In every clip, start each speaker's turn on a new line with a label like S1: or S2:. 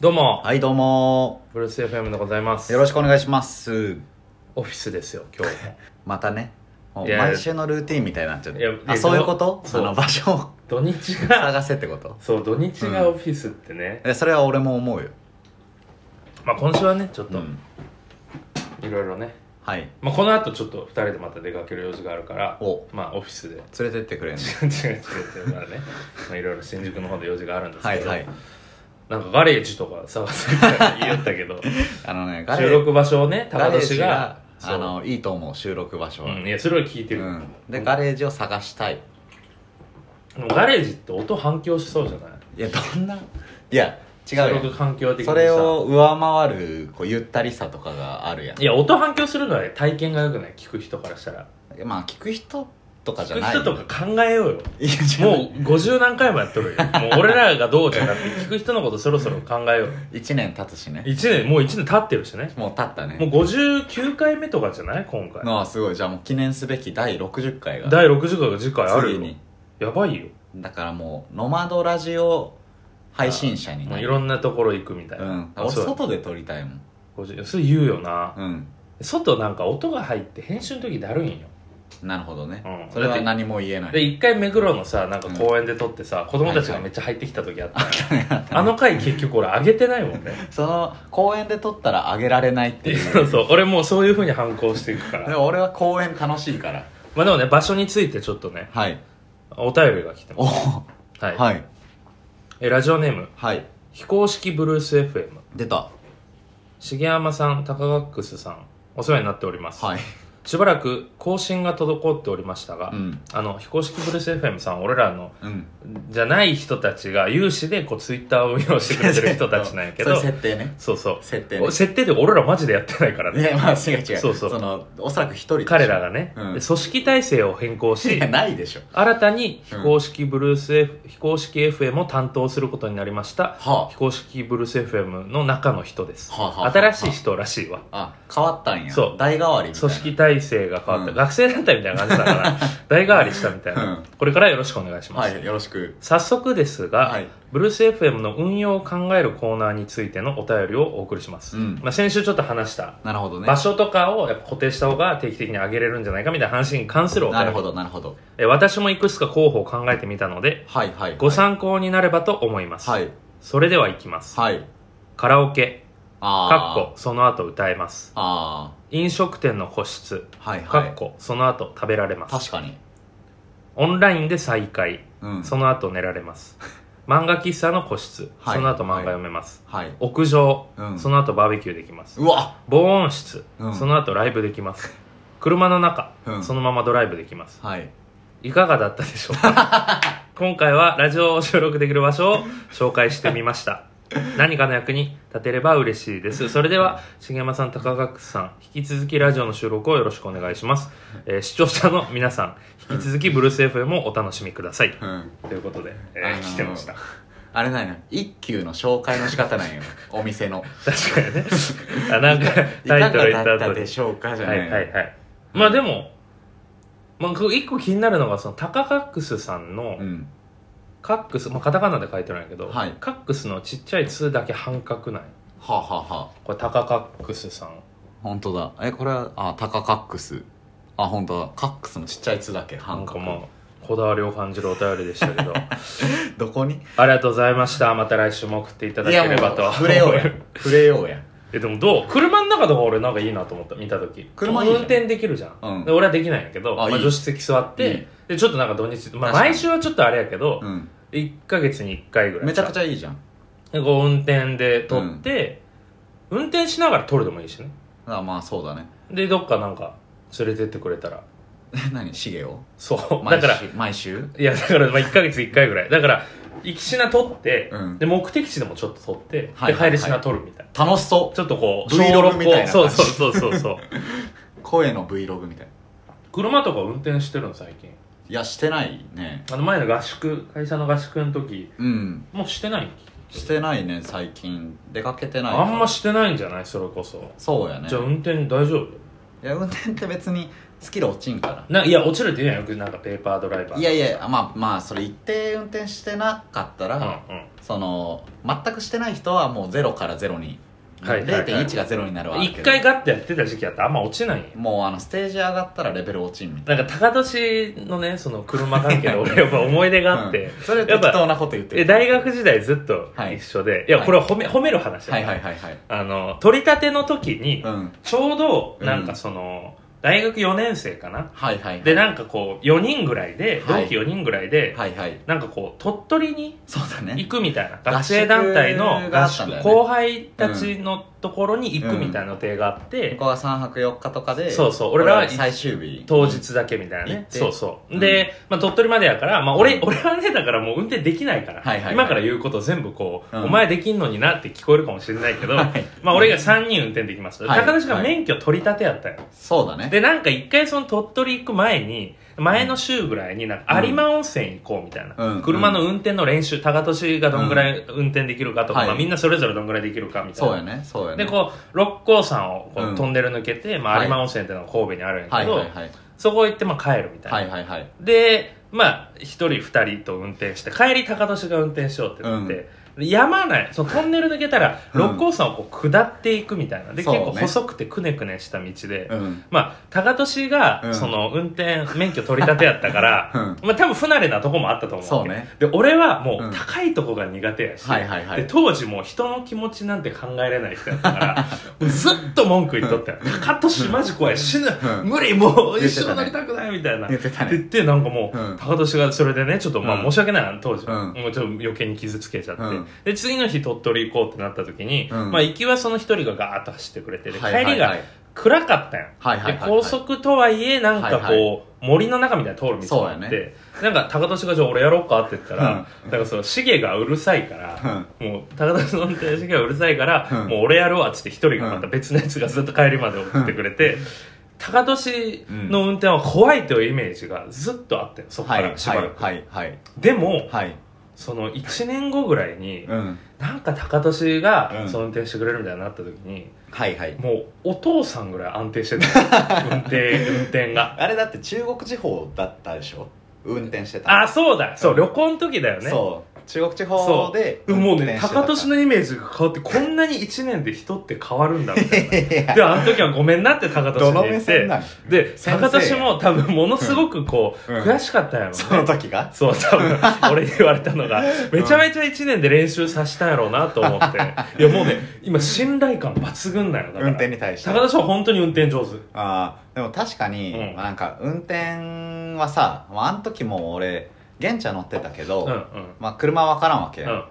S1: どうも、
S2: はい、どうも
S1: ブルース FM でございます。
S2: よろしくお願いします。
S1: オフィスですよ、今日も。
S2: またね、もう
S1: いや
S2: 毎週のルーティンみたいになっちゃっ
S1: いや
S2: て。あ、そういうこと
S1: そ
S2: そうの場所を
S1: 土日 が、
S2: 探せっ てこと
S1: そう、土日がオフィスってね、
S2: えそれは俺も思うよ。
S1: まあ今週はね、ちょっ
S2: う
S1: と
S2: ん。
S1: いろいろね、
S2: はい。
S1: まあこの後ちょっと2人でまた出かける用事があるから、
S2: お、
S1: まあオフィスで、違
S2: 連れてって くれんの
S1: う違う違う違うから ね、まあいろいろ新宿の方で用事があるんです
S2: は
S1: け
S2: い
S1: ど、
S2: はい。
S1: なんかガレージとか探すみたいな言いよったけど、
S2: あの ね、ガレ
S1: 収
S2: ー
S1: 録場所をね、
S2: ガ
S1: 高
S2: レー
S1: 年
S2: ジ
S1: が
S2: が、、
S1: そう
S2: あの、いいと思う、収録場所
S1: う
S2: は。
S1: ん、いや、それは聞いて
S2: う
S1: る。
S2: ん。で、ガレージを探したい。
S1: でもガレージって音反響しそうじゃない
S2: いや、どんな、いや、違う
S1: 収
S2: よ
S1: 録。環境的にさ
S2: それを上回る、こう、ゆったりさとかがあるやん
S1: い。や音反響するのは体験がよくない聞く人からしたら
S2: まあ、聞く人とかじ
S1: 聞
S2: ゃ
S1: く
S2: ない。
S1: 人とか考えようよ
S2: いや、違う
S1: もう50何回もやっと るよもう俺らがどうじゃなくて聞く人のことそろそろ考えようよ
S2: 1年経つしね
S1: 1年もう1年経ってるしね
S2: もう経ったね
S1: もう59回目とかじゃない今回
S2: ああすごいじゃあもう記念すべき第60回が
S1: 第60回が次回あ
S2: つい
S1: るよ
S2: に
S1: やばいよ
S2: だからもうノマドラジオ配信者に
S1: も
S2: な
S1: うい
S2: る
S1: ろんなところ行くみたいな、
S2: うん
S1: あ
S2: 俺
S1: そう
S2: 外で撮りたいもん
S1: 50それ言うよな、
S2: うん
S1: 外なんか音が入って編集の時だるいんよ
S2: なるほどね
S1: うん
S2: それ
S1: だっ
S2: は
S1: て
S2: 何も言えな
S1: で
S2: い
S1: 一回目黒のさなんか公園で撮ってさ、子供たちがめっちゃ入ってきた時あったよ、あの回結局俺上げてないもんね
S2: その公園で撮ったらあげられないっていう
S1: そうそう俺もうそういうふうに反抗していくか
S2: で
S1: ら
S2: も俺は公園楽しいから
S1: まあでもね場所についてちょっとね
S2: はい
S1: お便りが来て
S2: お
S1: ま
S2: お
S1: す、はい
S2: はい
S1: えラジオネーム
S2: はい
S1: 非公式ブルース FM
S2: 出た
S1: 重山さん高ガックスさんお世話になっております、
S2: はい
S1: しばらく更新が滞っておりましたが、
S2: うん
S1: あの非公式ブルース FM さん俺らの
S2: うん
S1: じゃない人たちが有志でこうツイッターを運用してくれてる人たちなんやけど
S2: そういう設定ね
S1: そうそう
S2: 設定ね
S1: お設定で俺らマジでやってないから
S2: い
S1: ね
S2: やまあ違う違う
S1: そうそう
S2: のおそらく一人でしょ
S1: 彼らがね、
S2: うん
S1: で組織体制を変更し
S2: いやないでしょ
S1: 新たに非公式ブルース、F 非公式 FM を担当することになりました
S2: は
S1: 非公式ブルース FM の中の人です、
S2: はあはあはあ
S1: 新しい人らしいわ
S2: あ変わったんや
S1: そう
S2: 代替わりみたい
S1: 組
S2: な
S1: 織体制が変わった、
S2: うん
S1: 学生団体みたいな感じだから代替わりしたみたいな、
S2: うん
S1: これからよろしくお願いしま
S2: は
S1: す、
S2: いよろしく
S1: 早速ですが、
S2: はい
S1: ブルース FM の運用を考えるコーナーについてのお便りをお送りします、
S2: うん
S1: まあ、先週ちょっと話した
S2: なるほどね
S1: 場所とかをやっぱ固定した方が定期的に上げれるんじゃないかみたいな話に関するお
S2: な
S1: 便
S2: る
S1: り
S2: ほどなるほど
S1: え私もいくつか候補を考えてみたので
S2: はいはいはい
S1: ご参考になればと思います、
S2: はい
S1: それではいきます、
S2: はい
S1: カラオケ
S2: あー
S1: かっこその後歌えます
S2: あ
S1: 飲食店の個室
S2: ーはい
S1: か
S2: は
S1: っ
S2: い
S1: こその後食べられます
S2: 確かに
S1: オンラインで再会
S2: うん
S1: その後寝られ ます漫画喫茶の個室
S2: はい
S1: その後漫画読めます、
S2: はい
S1: 屋上、
S2: うん
S1: その後バーベキューできます
S2: うわ
S1: 防音室、
S2: うん
S1: その後ライブでき ます車の中、
S2: うん
S1: そのままドライブできます
S2: はい
S1: いかがだったでしょうか 今回はラジオを収録できる場所を紹介してみました何かの役に立てれば嬉しいですそれでは重山さん高垣さん引き続きラジオの収録をよろしくお願いします、えー視聴者の皆さん引き続きブルース FM をお楽しみください
S2: うん
S1: ということで、え
S2: あ
S1: ー
S2: のー
S1: 来てました
S2: あれなんや一休の紹介の仕 方なんよお店の
S1: 確かに ねあなんか
S2: い
S1: タ
S2: か
S1: イトル言
S2: が
S1: った
S2: だっ
S1: 後
S2: た
S1: で
S2: でしょうかじゃ
S1: は
S2: ないい
S1: はいはいまあでも、まあ、こう一個気になるのがその高垣さんの、
S2: うん
S1: カックス、まあ、カタカナで書いてるんやけど、
S2: はい
S1: カックスのちっちゃい「つ」だけ半角ない
S2: はあはあはあ
S1: これタカカックスさん
S2: 本当だえこれはあタカカックスあ本当だカックスのちっちゃい「つ」だけ
S1: な
S2: 半
S1: んか
S2: 角
S1: まあこだわりを感じるお便りでしたけど
S2: どこに
S1: ありがとうございましたまた来週も送っていただ
S2: い
S1: け
S2: やも
S1: れ
S2: う
S1: ばと
S2: 触れようや触れようや
S1: えでもどう車の中とか俺なんかいいなと思った見た時
S2: 車いいじゃん
S1: 運転できるじゃん、
S2: うん
S1: で俺はできないんやけど
S2: あ
S1: まあ、
S2: いい
S1: 助手席座って
S2: いい
S1: でちょっとなんか土日、まあ、
S2: 確かに
S1: 毎週はちょっとあれやけど、
S2: うん
S1: 一1ヶ月に1回ぐらい
S2: めちゃくち
S1: ゃ
S2: ゃいいじゃん
S1: こう運転で撮って、運転しながら撮るでもいいしね
S2: あまあそうだね
S1: でどっかなんか連れてってくれたら
S2: 何シゲを
S1: そうだ
S2: 毎
S1: か
S2: 週
S1: ら
S2: 毎週
S1: いやだからまあ1か月1回ぐらいだから行き品取って、
S2: うん
S1: で目的地でもちょっと取って、
S2: はいはいはい
S1: で帰り品取るみたいな
S2: 楽しそう
S1: ちょっとこう
S2: Vlog
S1: 小六を
S2: みたいな
S1: そう
S2: 感じ
S1: そうそうそうそう
S2: 声の Vlog みたいな
S1: 車とか運転してるの最近
S2: いやしてないね
S1: あの前の合宿会社の合宿の時
S2: うん
S1: もうしてない
S2: してないね最近出かけてない
S1: あんま
S2: し
S1: してないんじゃないそれこそ、
S2: そうやね
S1: じゃあ運転大丈夫
S2: いや運転って別にスキル落ちんか
S1: ないや落ちるって言うやんよくなんかペーパードライバ
S2: ら
S1: ー
S2: いやいやまあまあそれ一定運転してなかった
S1: う
S2: ら、
S1: んうん
S2: その全くしてない人はもうゼロからゼロに、
S1: はいはいはい
S2: 0.1がゼロになるわけ
S1: 一回ガッてやってた時期やったらあんま落ちないんや
S2: もうあのステージ上がったらレベル落ちんみたい
S1: なんか高年のねその車関係 で俺やっぱ思い出
S2: な
S1: があって、
S2: うんそれ適当なこと言って
S1: え大学時代ずっと
S2: はい
S1: 一緒で、い、やこれは褒め,、褒める話だ
S2: は
S1: ね
S2: いはいはいはい
S1: あの取り立ての時に、
S2: うん
S1: ちょうどなんかその、大学4年生かな
S2: はいはいはい
S1: でなんかこう4人ぐらいで
S2: はい
S1: 同期4人ぐらいで、
S2: はいはい
S1: なんかこう鳥取に
S2: そうだね
S1: 行くみたいな
S2: 合
S1: 学
S2: 宿
S1: 生団体の
S2: があ
S1: 合
S2: った
S1: 宿
S2: んだよね
S1: 後輩たちのところに行くみたいな予定があっ
S2: こ
S1: て、
S2: こは3泊4日とかで
S1: そうそう俺らは
S2: 最終日
S1: 当日だけみたいな
S2: 行っ
S1: ね
S2: て
S1: そうそう、
S2: うん
S1: で、まあ、鳥取までやから、まあ、俺
S2: うん
S1: 俺はねだからもう運転できないから、
S2: はいはいはい
S1: 今から言うこと全部こう、
S2: うん
S1: お前できんのになって聞こえるかもしれないけど、
S2: はい
S1: まあ俺が3人運転できます、
S2: はい
S1: 高田氏が免許取り立てやったよ、
S2: そうだね
S1: でなんか一回その鳥取行く前に前の週ぐらいになんか有馬温泉行こうみたいな、
S2: うん
S1: 車の運転の練習高年がどんぐらい運転できるかとか、
S2: はい
S1: まあ、みんなそれぞれどんぐらいできるかみたい
S2: そう
S1: な
S2: やねそうやね
S1: でこう六甲山をこ
S2: うん
S1: うトンネル抜けて、ま
S2: は
S1: あ、
S2: い
S1: 有馬温泉っていうのが神戸にあるんや
S2: は
S1: け
S2: い
S1: ど、
S2: はいはい
S1: そこ行ってまあ帰るみたいな、
S2: はいはいはい
S1: でまあ1人2人と運転して帰り高年が運転しようってなって、山ないそのトンネル抜けたら
S2: うん
S1: 六甲山をこう下っていくみたいなで、
S2: そうね
S1: 結構細くてくねくねした道で、
S2: うん
S1: まあ高年が、
S2: うん
S1: その運転免許取り立てやった から、
S2: うん
S1: まあ、多分不慣れなとこもあったと思う
S2: そう
S1: わけ
S2: ね
S1: で俺はも
S2: うん
S1: う高いとこが苦手やし、
S2: はいはいは
S1: で
S2: い
S1: 当時もう人の気持ちなんて考えれない人やったから ずっと文句言っとったよ「高年マジ怖い死ぬ、
S2: うん
S1: 無理もう
S2: 言
S1: 一
S2: って
S1: 生
S2: たね
S1: 乗りたくない」みたいな
S2: 言ってた
S1: って言
S2: ね
S1: ってなんかもう、
S2: うん
S1: 高年がそれでねちょっとまあ
S2: うん
S1: 申し訳ないな当時、
S2: うん
S1: もうちょっと余計に傷つけちゃって、
S2: うん
S1: で次の日鳥取行こうってなった時に、
S2: うん
S1: まあ行きはその一人がガーッと走ってくれてで帰
S2: はいは
S1: り
S2: いは
S1: が
S2: い
S1: 暗かったよ、
S2: はいはいはいはい
S1: で高速とはいえなんかこう、
S2: はいは
S1: 森の中みたいな通る道があって、
S2: そうや
S1: なんか高年が「じゃあ俺やろうか」って言ったら、なんかそのシゲがうるさいから、もう高年の運転手シゲがうるさいから、
S2: うん
S1: もう俺やるわっつって一人がまた別のやつがずっと帰りまで送ってくれて。高年の運転は怖いというイメージがずっとあってそこ
S2: は
S1: か
S2: い
S1: らしばらく、
S2: はいはい
S1: でも
S2: はい
S1: その1年後ぐらいに、
S2: うん
S1: なんか高年が
S2: うん
S1: その運転してくれるみたいになった時に、
S2: はいはい
S1: もうお父さんぐらい安定して た運転運転が
S2: あれだって中国地方だったでしょ運転してた
S1: あそうだそう旅行の時だよね
S2: そう中国地方で
S1: うんもうね
S2: 運転してた
S1: 高
S2: から
S1: 年のイメージが変わってこんなに1年で人って変わるんだみたいな
S2: い や
S1: であの時はごめんなって高
S2: ど
S1: 年
S2: の
S1: に
S2: 目
S1: 言っ
S2: 線
S1: て
S2: なん
S1: で
S2: 先生
S1: 高年も多分ものすごくこう、
S2: うん
S1: 悔しかったんやろうね
S2: その時が
S1: そう、多分、俺に言われたのが、めちゃめちゃ1年で練習させたんやろうなと思 って。いや、もうね、今、信頼感抜群なんよ。だから
S2: 運転に対して
S1: 高田さんは本当に運転上手。
S2: あーでも確かに、
S1: うん
S2: まあなんか運転はさ、まあ、あの時も俺現地は乗ってたけど、
S1: うんうん。
S2: まあ、車は分からんわけ、
S1: うん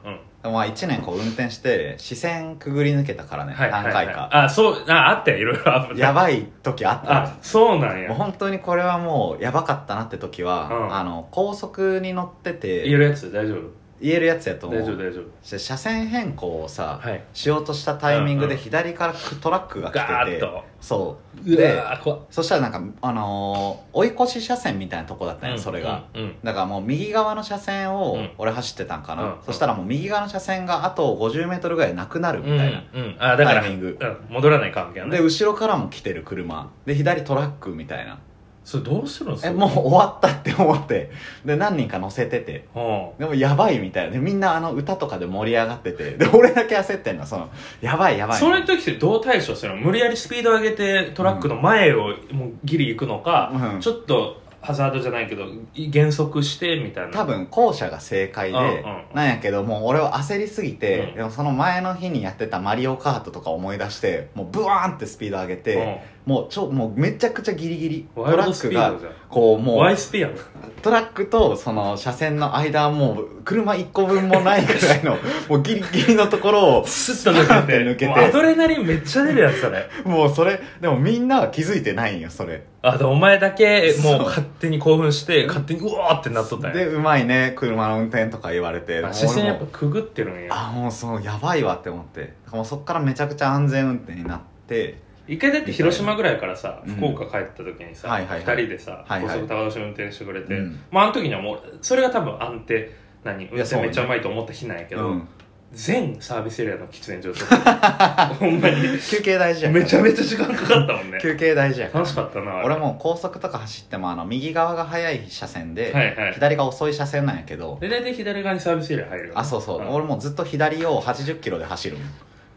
S1: うん。
S2: まあ、1年こう運転して視線くぐり抜けたからね、
S1: はいはい、
S2: 何
S1: は
S2: 回
S1: い。
S2: か、
S1: あ、そう、あ、あったよ、いろいろあった。
S2: やばい時あった
S1: あ、そうなん
S2: もう
S1: や。
S2: 本当にこれはもうやばかったなって時は、
S1: うん
S2: あの高速に乗ってて
S1: 言えるやつ大丈夫
S2: 言えるやつやと思
S1: 大丈夫
S2: う
S1: 大丈
S2: で車線変更をさ、
S1: 夫。はい。
S2: しようとしたタイミング
S1: うん
S2: で
S1: うん
S2: 左からトラックが
S1: ガ
S2: 来て
S1: ーッ
S2: て、
S1: と。
S2: そう
S1: う
S2: で
S1: わー怖っ
S2: そしたらなんか、あのー追い越し車線みたいなとこだったね、
S1: うん
S2: それが、。
S1: うん。
S2: だからもう右側の車線
S1: う
S2: を
S1: ん
S2: 俺走ってたんかな、
S1: うん
S2: そしたらもう右側の車線があと 50m ぐらいなくなるみ
S1: う
S2: た
S1: ん
S2: いな、
S1: うん。あ、だから、
S2: タ
S1: う
S2: イミング
S1: ん、戻らないかみたいな
S2: で
S1: ね。
S2: 後ろからも来てる車で左トラックみたいな
S1: それどうするんすか
S2: えもう終わったって思ってで何人か乗せてて
S1: うん。
S2: でもやばいみたいなでみんなあの歌とかで盛り上がっててで俺だけ焦ってんのそのやばいやばい
S1: それの時ってどう対処するの無理やりスピード上げてトラックの前をもうギリ行くのか、
S2: うん
S1: ちょっとハザードじゃないけどい減速してみたいな
S2: 多分後者が正解で、
S1: うんうん
S2: なんやけどもう俺は焦りすぎて、
S1: うん
S2: でもその前の日にやってた「マリオカート」とか思い出してもうブワーンってスピード上げて、もうちょもうめちゃくちゃギリギリ
S1: うん、
S2: ト
S1: ワイル
S2: ラ
S1: ド
S2: ッ
S1: ス
S2: ク
S1: ピード
S2: が
S1: じゃん
S2: こうも
S1: ワ
S2: う
S1: イスピやん
S2: トラックとその車線の間はもう車1個分もないぐら いのもうギリギリのところを
S1: スッと抜けて
S2: 抜けて
S1: もうアドレナリンめっちゃ出るやつだ ね
S2: もうそれでもみんなは気づいてないんよそれ
S1: あでお前だけ
S2: そう
S1: もう勝手に興奮して勝手にうわーってなっとったん
S2: で
S1: や
S2: うまいね車の運転とか言われて
S1: あ視線やっぱ
S2: 俺も
S1: くぐってるんや
S2: あもうそうやばいわって思ってもうそっからめちゃくちゃ安全運転になって
S1: 一回だって広島ぐらいからさ
S2: うん
S1: 福岡帰った時にさ、
S2: は
S1: 二
S2: いはいはい
S1: 人でさ、
S2: はいはい
S1: 高速高田市運転してくれて、
S2: うん
S1: まああの時にはもうそれが多分安定何運
S2: やそ
S1: 転
S2: うね
S1: めっちゃうまいと思った日なんやけど、
S2: うん
S1: 全サービスエリアの喫煙所と かほんまに
S2: 休憩大事やから
S1: めちゃめちゃ時間かかったもんね
S2: 休憩大事やから
S1: 楽しかったなあれ
S2: 俺もう高速とか走ってもあの右側が速い車線で、
S1: はいはい
S2: 左が遅い車線なんやけど
S1: で大体左側にサービスエリア入るよね
S2: あそうそう、俺もうずっと左を80キロで走るもん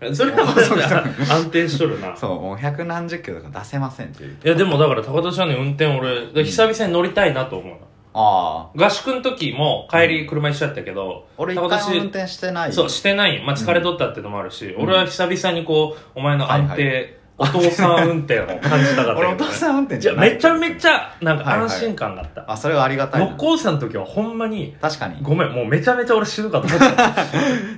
S1: うんそれはまだ安定しとるな
S2: そうもう百何十キロとか出せませんっていう
S1: いやでもだから高田ちゃんの運転俺で久々に乗りたいなと思うな
S2: ああ
S1: 合宿の時も帰り車一緒やったけど、
S2: 俺一
S1: 高田氏
S2: 回も運転してない
S1: そうしてない、まあ、疲れとったってのもあるし、
S2: ん
S1: 俺は久々にこうお前の安定、お
S2: は
S1: 父さん運転を感じたかったけどね、
S2: 俺お父さん運転
S1: じ
S2: じ
S1: ゃ
S2: ゃ
S1: あ
S2: ない
S1: めちゃめちゃなんか
S2: はいはい
S1: 安心感があった、
S2: あそれはありがたい
S1: 六
S2: な
S1: 甲山の時はほんまに
S2: 確かに
S1: ごめんもうめちゃめちゃ俺死ぬかと思っ た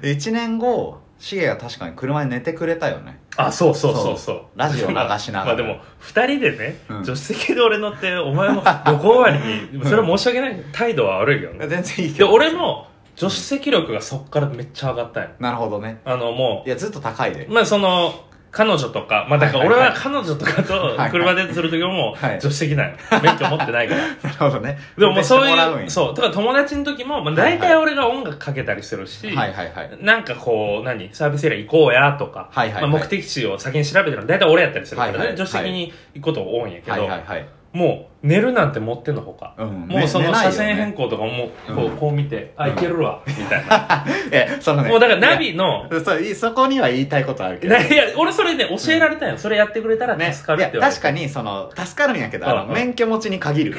S2: 1年後シゲが確かに車で寝てくれたよね
S1: あそうそうそうそう
S2: ラジオ流しなが ら
S1: まあでも2人でね、
S2: うん
S1: 助手席で俺乗ってお前も旅行終わりに それは申し訳ない態度は悪いよね
S2: 全然いい
S1: で
S2: けど
S1: 俺も助手席力がそっからめっちゃ上がったんよ
S2: なるほどね
S1: あのも
S2: いやずっと高いで
S1: うまあその彼女とかまあだから
S2: はい
S1: 俺
S2: はいはい
S1: は彼女とかと
S2: いはい
S1: 車デートする時も
S2: はい
S1: 助手席なんよ免許持ってないから
S2: なるほどね
S1: でももうそう
S2: 運転してらん
S1: い
S2: や
S1: うそうだから友達の時もまあ大
S2: はい
S1: 体俺が音楽かけたりするし
S2: はいはいはい
S1: なんかこう何サービスエリア行こうやとか
S2: はいはいはい
S1: まあ目的地を先に調べてるの大体俺やったりするからね
S2: はいはい
S1: 助手席に行くことが多いんやけ
S2: はい
S1: ど
S2: はいはい
S1: もう寝るなんて持ってんのほか
S2: うん
S1: もうその
S2: ね寝ないよ
S1: 車
S2: ね
S1: 線変 更とかもこ
S2: う
S1: うこう見てあ
S2: うん
S1: いけるわみたい な
S2: えそのね
S1: もうだからナビの、
S2: そういそこには言いたいことあるけ
S1: い
S2: ど
S1: や、いや俺それね、教えられたんよ。それやってくれたら
S2: ね
S1: 助かるって
S2: い
S1: 言
S2: や
S1: われ
S2: 確かにその助かるんやけどあ
S1: うんう
S2: の
S1: ん
S2: 免許持ちに限 る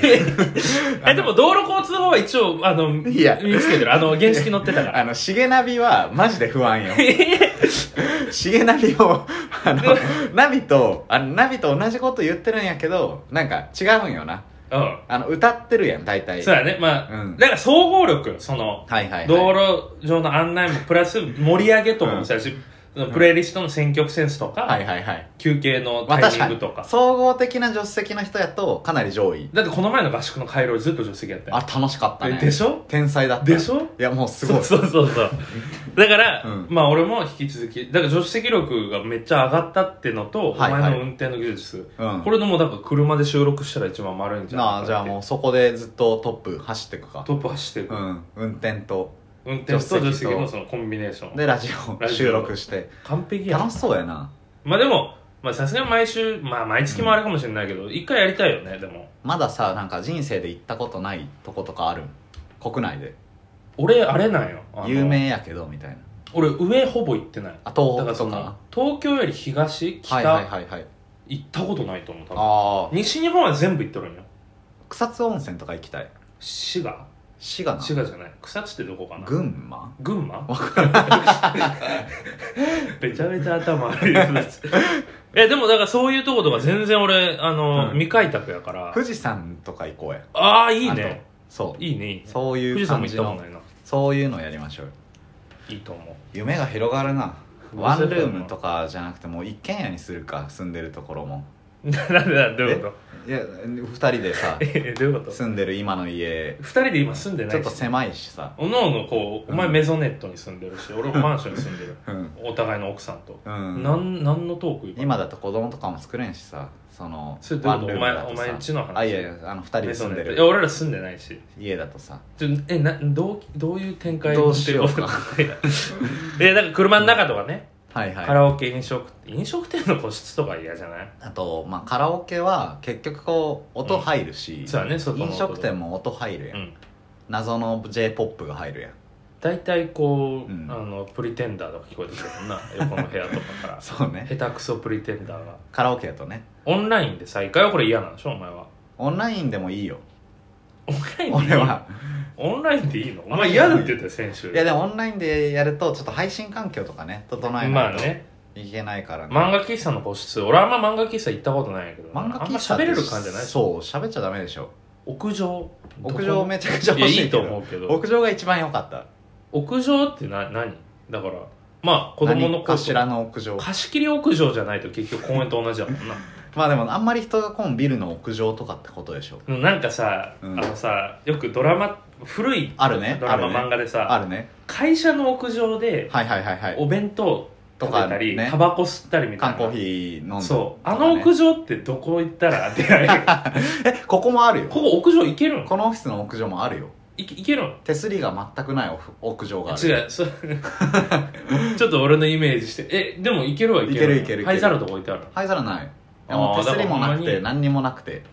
S1: え、でも道路交通法は一応、あの、見
S2: いや
S1: つけてる。あの、 原付乗ってたから。
S2: あのシゲナビはマジで 不安よシゲナビをあのナビとあのナビと同じこと言ってるんやけどなんか違うんよな
S1: うん。
S2: あの歌ってるやん大体
S1: そう
S2: はい
S1: だね。まあ、
S2: うん
S1: だから総合力、その、
S2: はい、はい、
S1: 道路上の案内も、プラス盛り上げとかもそうだし、そのプレイリストの選曲センスとか、
S2: はいはいはい
S1: 休憩の
S2: まあ
S1: タイ
S2: 確
S1: ミ
S2: か
S1: ング
S2: に
S1: とか。
S2: 総合的な助手席の人やとかなり上位
S1: だってこの前の合宿の回廊ずっと助手席やった
S2: あ
S1: よ。
S2: 楽しかったね
S1: ででしょ
S2: 天才だった
S1: でしょ
S2: いやもうすごい
S1: そうそうそうそうだから、
S2: うん
S1: まあ俺も引き続きだから助手席力がめっちゃ上がったってのと、
S2: はいはい
S1: お前の運転の技術、
S2: うん
S1: これでもうだから車で収録したら一番丸いんじゃない
S2: なあじゃあもうそこでずっとトップ走っていくか
S1: トップ走って
S2: う
S1: る、
S2: ん運転と
S1: 運転と助手席
S2: 助手席
S1: の
S2: と
S1: そのコンビネーション
S2: でラジオ
S1: ラジオ
S2: 収録して
S1: 完璧やん
S2: 楽しそうやな
S1: まあでもまあさすがに毎週まあ毎月もあれかもしれないけど一、回やりたいよねでも
S2: まださなんか人生で行ったことないとことかある国内で
S1: 俺あれなんよあの
S2: 有名やけどみたいな
S1: 俺上ほぼ行ってないだ
S2: あ東
S1: から
S2: 北
S1: そ
S2: と
S1: の
S2: か
S1: 東京より東北、
S2: はいはいはいはい
S1: 行ったことないと思う多分
S2: ああ
S1: 西日本は全部行ってるんよ
S2: 草津温泉とか行きたい
S1: 滋賀
S2: 滋賀な
S1: 滋賀じゃない草津ってどこかな
S2: 群馬
S1: 群馬めちゃめちゃ頭悪いですえでもだからそういうとことか全然俺あの、
S2: うん
S1: 未開拓やから
S2: 富士山とか行こうや
S1: ああいいね
S2: そう
S1: いいねいいね
S2: そうい
S1: 富士
S2: う
S1: 山
S2: 感
S1: も行っ
S2: じ
S1: たこと
S2: の
S1: ないな
S2: そういうのやりましょうよ
S1: いいと思う
S2: 夢が広がるな
S1: どう
S2: ワ
S1: する
S2: ンルームとかじゃなくてもう一軒家にするか住んでるところも
S1: ななんでなんでどういうこ
S2: いや2人でさ
S1: とえどういうこと
S2: 住んでる今の家
S1: 二人で今住んでな
S2: ちょ
S1: い
S2: っと
S1: し
S2: 狭いしさ
S1: おのおのこうお前メゾネットに住んでるし、俺もマンションに住んで る
S2: うん、
S1: お互いの奥さんと、
S2: うん、
S1: なんなんのトーク今
S2: 今だと子供とかも作れんしさその
S1: それどういうことお前
S2: だと
S1: お
S2: さ
S1: 前んちの話
S2: あいやいやあの2人
S1: メ
S2: で
S1: ゾ
S2: 住ん
S1: ネ
S2: で
S1: ットいや
S2: る
S1: 俺ら住んでないし
S2: 家だとさ
S1: ちょえなどうどういう展開
S2: どうしようか
S1: えなんか車の中とかね、
S2: はいはい
S1: カラオケ飲食飲食店の個室とか嫌じゃない
S2: あと、まあ、カラオケは結局こう音入るし、
S1: そうだね外の音
S2: 飲食店も音入るや、
S1: うんん
S2: 謎の j p o p が入るやん
S1: 大体こう、
S2: うん
S1: あのプリテンダーとか聞こえてくるもんな 横の部屋とかから
S2: そうね
S1: 下手くそプリテンダーが
S2: カラオケやとね
S1: オンラインで再開はこれ嫌なんでしょお前は
S2: オンラインでもいいよ
S1: オンラインでいい
S2: 俺は
S1: オンラインでいいのお前嫌だって言ったよ先週
S2: いやでもオンラインでやるとちょっと配信環境とかね整え
S1: ま
S2: な
S1: あ
S2: いと
S1: ね
S2: いけないからね、
S1: 漫画喫茶の個室俺あんま漫画喫茶行ったことないんやけどな
S2: 漫画
S1: あん
S2: 喫
S1: ま
S2: 茶っ
S1: 喋
S2: て
S1: れる感じじゃないでしょ
S2: そう喋っちゃダメでしょ
S1: 屋上
S2: 屋上めちゃくちゃ
S1: いや
S2: 欲しい
S1: いい
S2: けど
S1: と思うけど
S2: 屋上が一番良かった
S1: 屋上ってな何だからまあ子供の
S2: 何かしらの屋上
S1: 貸し切り屋上じゃないと結局公園と同じだもんな
S2: まあでもあんまり人が来んビルの屋上とかってことでしょ
S1: でもなんかさ、
S2: うん
S1: あのさよくドラマ古い
S2: あるね
S1: ドラ
S2: あ
S1: マ、
S2: るね
S1: 漫画で
S2: あ
S1: さ
S2: るね
S1: 会社の屋上で
S2: はいはいはいはい
S1: お弁当食べたり、
S2: とかね
S1: タバコ吸ったりみたい
S2: 缶
S1: な
S2: コーヒー飲んで、
S1: そうあの屋
S2: 上
S1: 上ってどこ行ったら出会える
S2: えここもあるよ
S1: ここ屋上行けるの
S2: このオフィスの屋上もあるよ
S1: いいけるの
S2: 手すりが全くないお屋上がある
S1: 違うそう ちょっと俺のイメージしてえでもいけるはいける
S2: いけるいけるいける
S1: 灰皿とか置いてある
S2: 灰皿ないいや
S1: あー
S2: もう手すりもな
S1: だからほん
S2: く
S1: ま
S2: て
S1: に
S2: 何にもなくて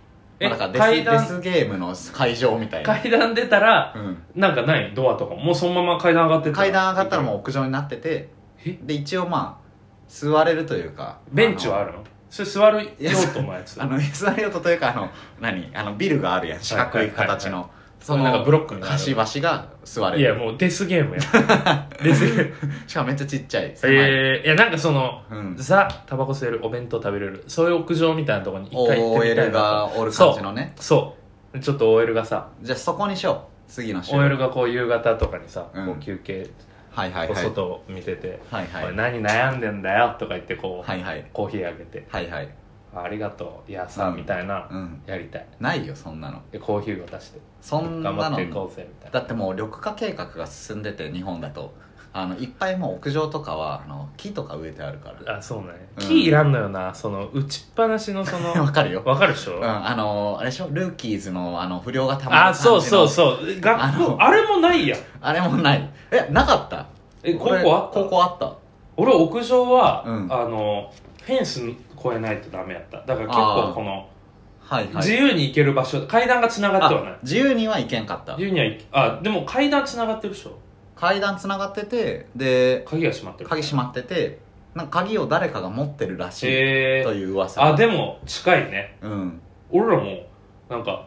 S1: え
S2: まあだから
S1: 階
S2: デス
S1: 段
S2: デスゲームの会場みたいな、
S1: 階段出たら
S2: うん、
S1: なんかないドアとかもうそのまま階段上がってったら
S2: 階段上がったらもう屋上になってて
S1: え
S2: で一応まあ座れるというか
S1: ベンチはあるのそれ座る用途のやつ
S2: あの座れよとというかあの何あのビルがあるやん四角い形の、そ
S1: なんか
S2: の
S1: ブロックになる
S2: 端々が座れる
S1: いやもうデスゲームやデスゲーム
S2: しかもめっちゃちっちゃい狭い、
S1: えー、いやなんかその
S2: うん、
S1: ザタバコ吸えるお弁当食べれるそういう屋上みたいなところに一回行ってみたい
S2: OL
S1: な
S2: がおる感じのね
S1: とそうちょっと OL がさ
S2: じゃあそこにしよう次の週
S1: OL がこう夕方とかにさ、
S2: うん
S1: こう休憩
S2: はいはい
S1: こう
S2: はい
S1: 外を見てて
S2: はい
S1: 「
S2: は
S1: おい
S2: い
S1: 何悩んでんだよ」とか言ってこう、
S2: はいはい
S1: コーヒーあげて
S2: はいはい
S1: 「あありがとういやさ」
S2: うん
S1: みたいな、
S2: うん
S1: やりたい
S2: ないよそんなの
S1: でコーヒーを出して
S2: そんな
S1: 頑張っていこ
S2: の
S1: うぜみたいな
S2: だってもう緑化計画が進んでて日本だとあのいっぱいもう屋上とかはあの木とか植えてあるから
S1: あそうね
S2: うん
S1: 木いらんのよな、その打ちっぱなしのその
S2: わかるよ
S1: わかるでしょ、
S2: うん、あのあれでしょルーキーズのあの不良がたまる
S1: あそうそう
S2: う
S1: そう学
S2: あ
S1: 校
S2: の
S1: あれもないやん
S2: あれもないえなかった
S1: え高
S2: 俺
S1: 校あった
S2: 高校あった
S1: 俺屋上は、
S2: うん
S1: あのフェンス越えないとダメやっただから結
S2: あ
S1: 構
S2: ー
S1: この
S2: はいはい
S1: 自由に行ける場所、階段がつながってはない
S2: あ自由には行けんかった
S1: 自由には行けあでも階段つながってるでしょ
S2: 階段つながっててで
S1: 鍵が閉まってる
S2: 鍵閉まっててなんか鍵を誰かが持ってるらしい
S1: へ
S2: と
S1: え
S2: いう噂
S1: あでも近いね
S2: うん
S1: 俺らもなんか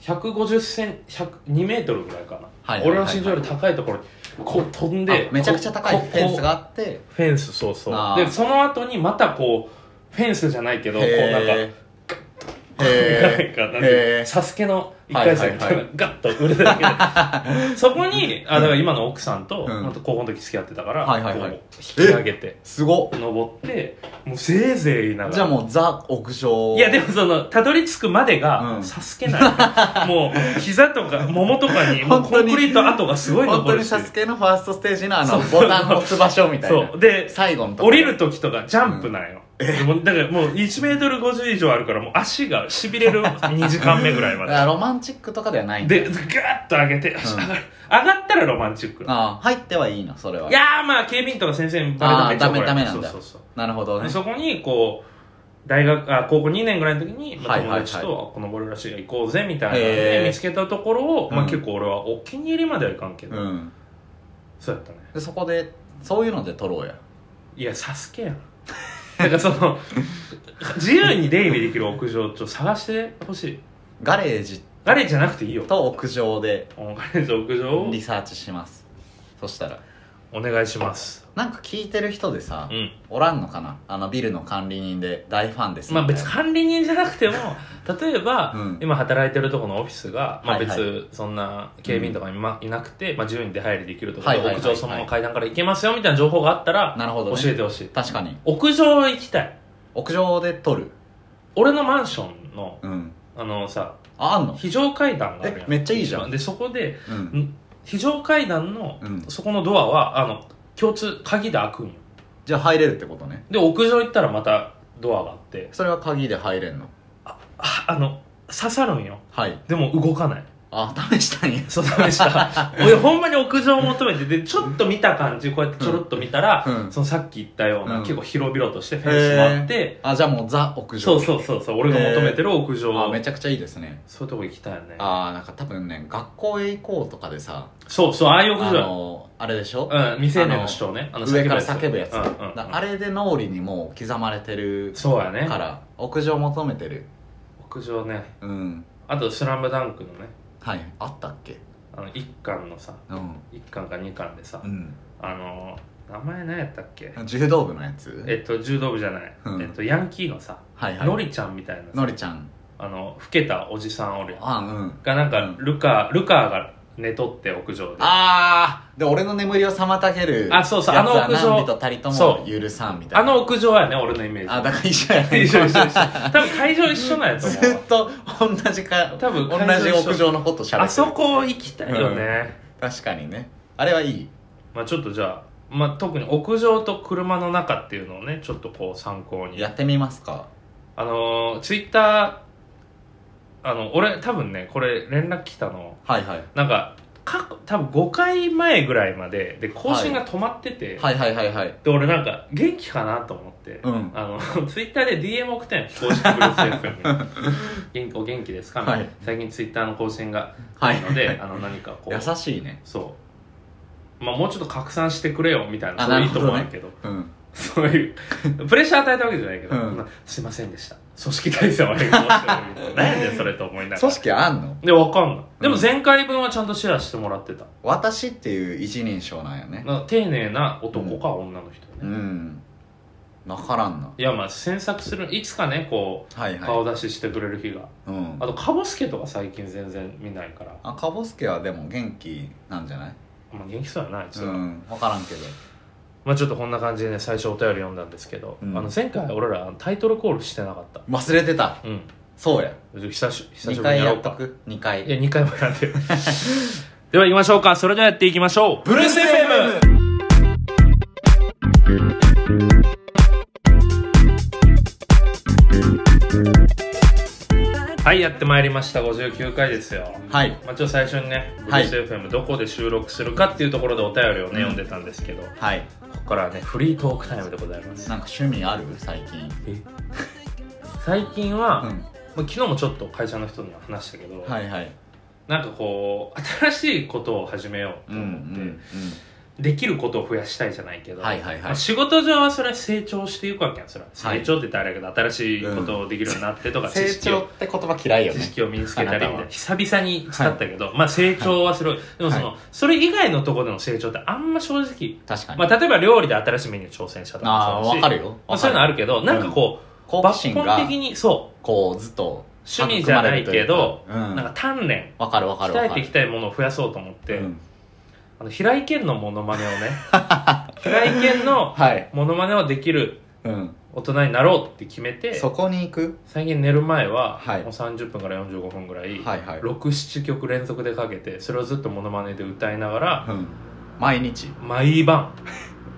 S1: 150セン2メートルぐらいかな、
S2: はいはいはいはい
S1: 俺の身長より高いところにこう飛んで
S2: あめちゃくちゃ高い
S1: こ
S2: フェンスがあって
S1: フェンスそうそ
S2: あ
S1: う
S2: ー
S1: でその後にまたこうフェンスじゃないけどこうなんか
S2: へーへ
S1: なんかなんていう
S2: へ
S1: の
S2: ー
S1: サスケの一回戦みたい
S2: は
S1: ないガッと売れただけで そこにあだから今の奥さんと
S2: うん
S1: 本当高校の時付き合ってたから
S2: はいはいはい
S1: こう引き上げて
S2: すごっ
S1: 登ってもうぜいぜい言いながら
S2: じゃあもうザ屋上
S1: いやでもそのたどり着くまで
S2: う
S1: が
S2: ん
S1: サスケ ないもう膝とかももとかにもう
S2: 本
S1: コ
S2: 当
S1: ン
S2: に
S1: クリート跡がすごい
S2: 本
S1: 残
S2: 当
S1: る
S2: に
S1: し
S2: サスケのファーストステージのあの
S1: そうそう
S2: ボタン押す場所みたいな
S1: そうで
S2: 最後のとこ
S1: 降りる時とかジャンプなんよ、もうだからもう1メートル5 0以上あるからもう足がしびれ る2時間目ぐらいま
S2: だ
S1: で
S2: からロマンチックとかではないんだ
S1: で、ガーッと上げて、よし上がる。上がったらロマンチック。い
S2: ああ入ってはいいのそれは
S1: やーまあ、警備員とか先生にバレたらめっちゃ怒られる
S2: あーダメダメなんだ
S1: そうそう
S2: なるほ
S1: そう。
S2: ど
S1: で
S2: ね
S1: そこに、こう、大学、あ、高校2年ぐらいの時に、まあ、
S2: はいは
S1: 友
S2: いはい
S1: 達と、あこのボルらしい行こうぜ、みたいなの
S2: へ
S1: で
S2: ー
S1: 見つけたところを、ま
S2: う
S1: あ
S2: ん
S1: 結構俺はお気に入りまではいかんけ
S2: う
S1: ど、
S2: ん
S1: そうやったね。
S2: でそこでそういうので撮ろうや
S1: いや、サスケやん。なんかその、 自由に出入りできる屋上、ちょっと探してほしい。
S2: ガレージ
S1: ガレージじゃなくていいよ。
S2: と屋上で
S1: ガレージ屋上を
S2: リサーチしますそしたら
S1: お願いします。
S2: なんか聞いてる人でさ、
S1: うん。
S2: おらんのかなあのビルの管理人で大ファンです
S1: まあ
S2: みたい
S1: 別
S2: な
S1: に管理人じゃなく ても例えば、
S2: うん
S1: 今働いてるとこのオフィスが、まあ、
S2: はいはい
S1: 別そんな警備員とかにまいなくて、まあ、自由に出入りできるところ、
S2: はいはいはいはい
S1: 屋上そのまま階段から行けますよみたいな情報があったら、
S2: なるほど、
S1: 教
S2: ね、
S1: えてほしい
S2: 確かに
S1: 屋上行きたい
S2: 屋上で撮る
S1: 俺のマンションの
S2: うん
S1: あのさ
S2: ああんの
S1: 非常階段があるやん
S2: えめっちゃいいじゃん
S1: 一番でそこで
S2: うん
S1: 非常階段の、
S2: うん
S1: そこのドアはあの共通鍵で開くんよ
S2: じゃあ入れるってことね
S1: で屋上行ったらまたドアがあって
S2: それは鍵で入れんの
S1: ああの刺さるんよ
S2: はい
S1: でも動かない
S2: あ試したんや
S1: そうで した。俺ほんまに屋上を求めて、で、ちょっと見た感じ、こうやってちょろっと見たら、
S2: うん
S1: そのさっき言ったような、
S2: うん
S1: 結構広々としてフェンスもあって、
S2: あじゃあもうザ屋上
S1: そうそうそうそう、俺が求めてる屋上、
S2: あめちゃくちゃいいですね
S1: そういうとこ行きたいよね。
S2: あーなんか多分ね学校へ行こうとかでさ
S1: そうそう、ああいう
S2: あ
S1: 屋上。
S2: のあれでしょ
S1: うん、未成年の主張ね。あの
S2: 上から叫ぶやつ
S1: うんうんうん
S2: だあれで脳裏にもう刻まれてる
S1: そうやね。
S2: から屋上求めてる
S1: 屋上ね。
S2: うん
S1: あと、スラムダンクのね、
S2: はいあったっけ
S1: あの、一巻のさ、
S2: うん、
S1: 一巻か二巻でさ、
S2: うん、
S1: あの、名前何やったっけ
S2: 柔道部のやつ
S1: えっと、柔道部じゃない。
S2: うん
S1: えっと、ヤンキーのさ、
S2: はいはい
S1: のりちゃんみたいなさ
S2: のりちゃん
S1: あの老けたおじさんおるやん
S2: あうん
S1: がなんか
S2: うん
S1: ルカ、ルカが寝とって屋上で
S2: あーで俺の眠りを妨げる
S1: あそうそう
S2: やつは
S1: あの屋上
S2: 何人たりとも許さんみた
S1: あ
S2: いな
S1: の屋上やね俺のイメージ
S2: あだから一緒やね
S1: 一緒一緒一緒多分会場一緒なんやと
S2: ず
S1: 思う
S2: っ
S1: わ
S2: と同じか
S1: 多分
S2: 同じ屋上のこと喋ってる
S1: あそこ行きたいよね、
S2: 確かにねあれはいい
S1: まあちょっとじゃあ、まあ、特に屋上と車の中っていうのをねちょっとこう参考に
S2: やってみますか
S1: あのー、ツイッターあの俺多分ねこれ連絡来たの
S2: はいはい
S1: なんか過去多分5回前ぐらいまでで更新が止まってて、
S2: はいはいはいはい
S1: で俺なんか元気かなと思って、
S2: うん
S1: あの ツイッターで DM 送ったんよ公式プロセスに元気お元気ですか、
S2: はい
S1: 最近ツイッターの更新が
S2: は
S1: ないので、あの何かこう
S2: 優しいね
S1: そうまあもうちょっと拡散してくれよみたいな
S2: あ
S1: そういう
S2: な
S1: 意
S2: る
S1: 図
S2: ほ
S1: も
S2: ど
S1: あ
S2: ね
S1: るけど
S2: うん
S1: そういうプレッシャー与えたわけじゃないけど、
S2: うん
S1: まあすいませんでした組織体制悪いかもしてるみたいな何やねんそれと思いながら
S2: 組織あんの
S1: でわかんないでも
S2: うん
S1: 前回分はちゃんとシェアしてもらってた
S2: 私っていう一人称なんやね
S1: なんか丁寧な男か女の人ね、
S2: うんわからんない
S1: やまあ詮索するいつかねこ
S2: はいうは
S1: 顔出ししてくれる日が、
S2: いうん
S1: あとカボスケとか最近全然見ないから、
S2: あかぼすけはでも元気なんじゃない
S1: まあ、元気そうやなあいつ
S2: う
S1: ら
S2: んわからんけど
S1: まあちょっとこんな感じでね最初お便り読んだんですけど、
S2: うん
S1: あの前回俺らタイトルコールしてなかった
S2: 忘れてた
S1: うん
S2: そうや
S1: 久し久しぶり
S2: 2
S1: に
S2: 回
S1: や
S2: や
S1: ろう
S2: っ
S1: か
S2: とく2
S1: いや
S2: 回
S1: 2回もやってる では行きましょうかそれではやっていきましょう
S2: ブルース FM
S1: はいやってまいりました59回ですよ
S2: はい
S1: まあ、ちょっと最初にね、ブル
S2: は
S1: ー
S2: い
S1: ス FM どこで収録するかっていうところでお便りをね、
S2: うん
S1: 読んでたんですけど、こ
S2: はい
S1: こからはね、フリートークタイムでございます。
S2: なんか趣味ある最近
S1: 最近は、
S2: う
S1: まあ
S2: ん
S1: 昨日もちょっと会社の人には話したけど、
S2: はいはい
S1: なんかこう、新しいことを始めようと
S2: うんう
S1: 思って、
S2: ん
S1: できることを増やしたいじゃないけ
S2: う
S1: ど、
S2: んはいはい
S1: ま
S2: は
S1: あ、
S2: い
S1: 仕事上はそれは成長していくわけやん、それは。
S2: はい
S1: 成長って言ったらあれやけど、新しいことをできるようになってとか、知
S2: 成
S1: 識
S2: 長
S1: を
S2: って言葉嫌いよ
S1: 知
S2: ね
S1: 識を身につけたりみたい
S2: あなた
S1: な
S2: は
S1: 久々に使ったけど、まあ成長はすごい、でもその、それ以外のところでの成長ってあんま正直、
S2: 確かに
S1: まあ、例えば料理で新しいメニュー挑戦したと
S2: あ
S1: か
S2: あ
S1: もそう
S2: わ
S1: だし
S2: かるよ
S1: まあ、そういうのあ
S2: る
S1: るけどなんかこう、
S2: 好奇
S1: 抜
S2: 心が
S1: 本的にそ
S2: こうずっと
S1: う趣味じゃないけど
S2: 育まれるというかうん
S1: なんか鍛錬
S2: わかるわかる
S1: 鍛
S2: わ
S1: え
S2: か
S1: てい
S2: る
S1: きたいものを増やそうと思って、
S2: うん
S1: あの平井堅のモノマネをね 平井堅の
S2: はい
S1: モノマネをできる
S2: うん
S1: 大人になろうって決めて
S2: そこに行く
S1: 最近寝る前は、
S2: はい
S1: もう30分から45分ぐらい、
S2: はいはい
S1: 67曲連続でかけてそれをずっとモノマネで歌いながら
S2: うん毎日
S1: 毎晩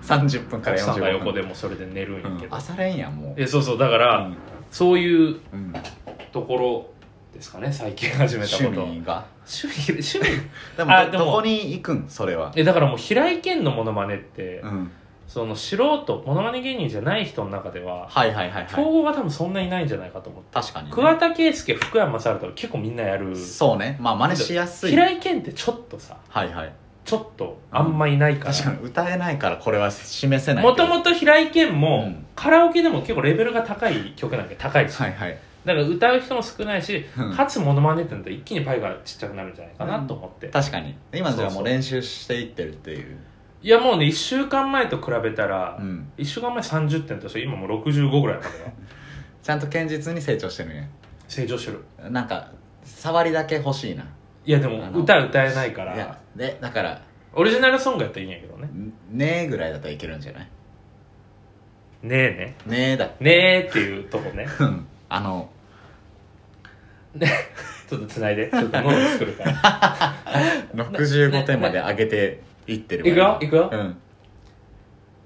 S2: 30分から
S1: 奥さんが
S2: 45
S1: 横
S2: 分
S1: でもそれで寝るんやけ
S2: うん
S1: ど、
S2: 朝練やもう
S1: えそうそうだから、
S2: うん
S1: そういう
S2: うん
S1: ところですかね最近始めたこと
S2: 趣
S1: 趣
S2: 味が
S1: 味趣味
S2: で
S1: あで
S2: も
S1: も
S2: どどこに行くんそれは
S1: えだからもう平井堅のモノマネって、
S2: うん
S1: その素人モノマネ芸人じゃない人の中では
S2: はいはいはいは
S1: 競
S2: い
S1: 合が多分そんないないんじゃないかと思って、
S2: 確かにね
S1: 桑田佳祐福山雅治とか結構みんなやる
S2: そうねまあ真似しやすい
S1: 平井堅ってちょっとさ
S2: はいはい
S1: ちょっとあんまいないから、
S2: 確かに歌えないからこれは示せない
S1: もと
S2: と
S1: もと平井堅も、
S2: うん
S1: カラオケでも結構レベルが高い曲なんで高いし、
S2: はいはい
S1: だから歌う人も少ないし、
S2: うん
S1: かつモノマネってなったら一気にパイがちっちゃくなるんじゃないかなと思って、
S2: 確かに今じゃあ
S1: そうそ
S2: も
S1: う
S2: う練習していってるっていう
S1: いやもうね1週間前と比べたら、
S2: うん
S1: 1週間前30点として今もう65ぐらいまでは
S2: ちゃんと堅実に成長してるね
S1: 成長してる
S2: なんか触りだけ欲しいない
S1: やで
S2: あ
S1: も
S2: の
S1: 歌歌えないか
S2: い
S1: ら
S2: やでだから
S1: オリジナルソングやったらいいんやけどね
S2: 「ねえ」ぐらいだったらいけるんじゃない
S1: ねえね
S2: 「ねえ」だ
S1: ねえっていうとこね
S2: うんあの
S1: ちょっとつないでちょっと喉作るから
S2: 65点まで上げていってるわ
S1: いくよいく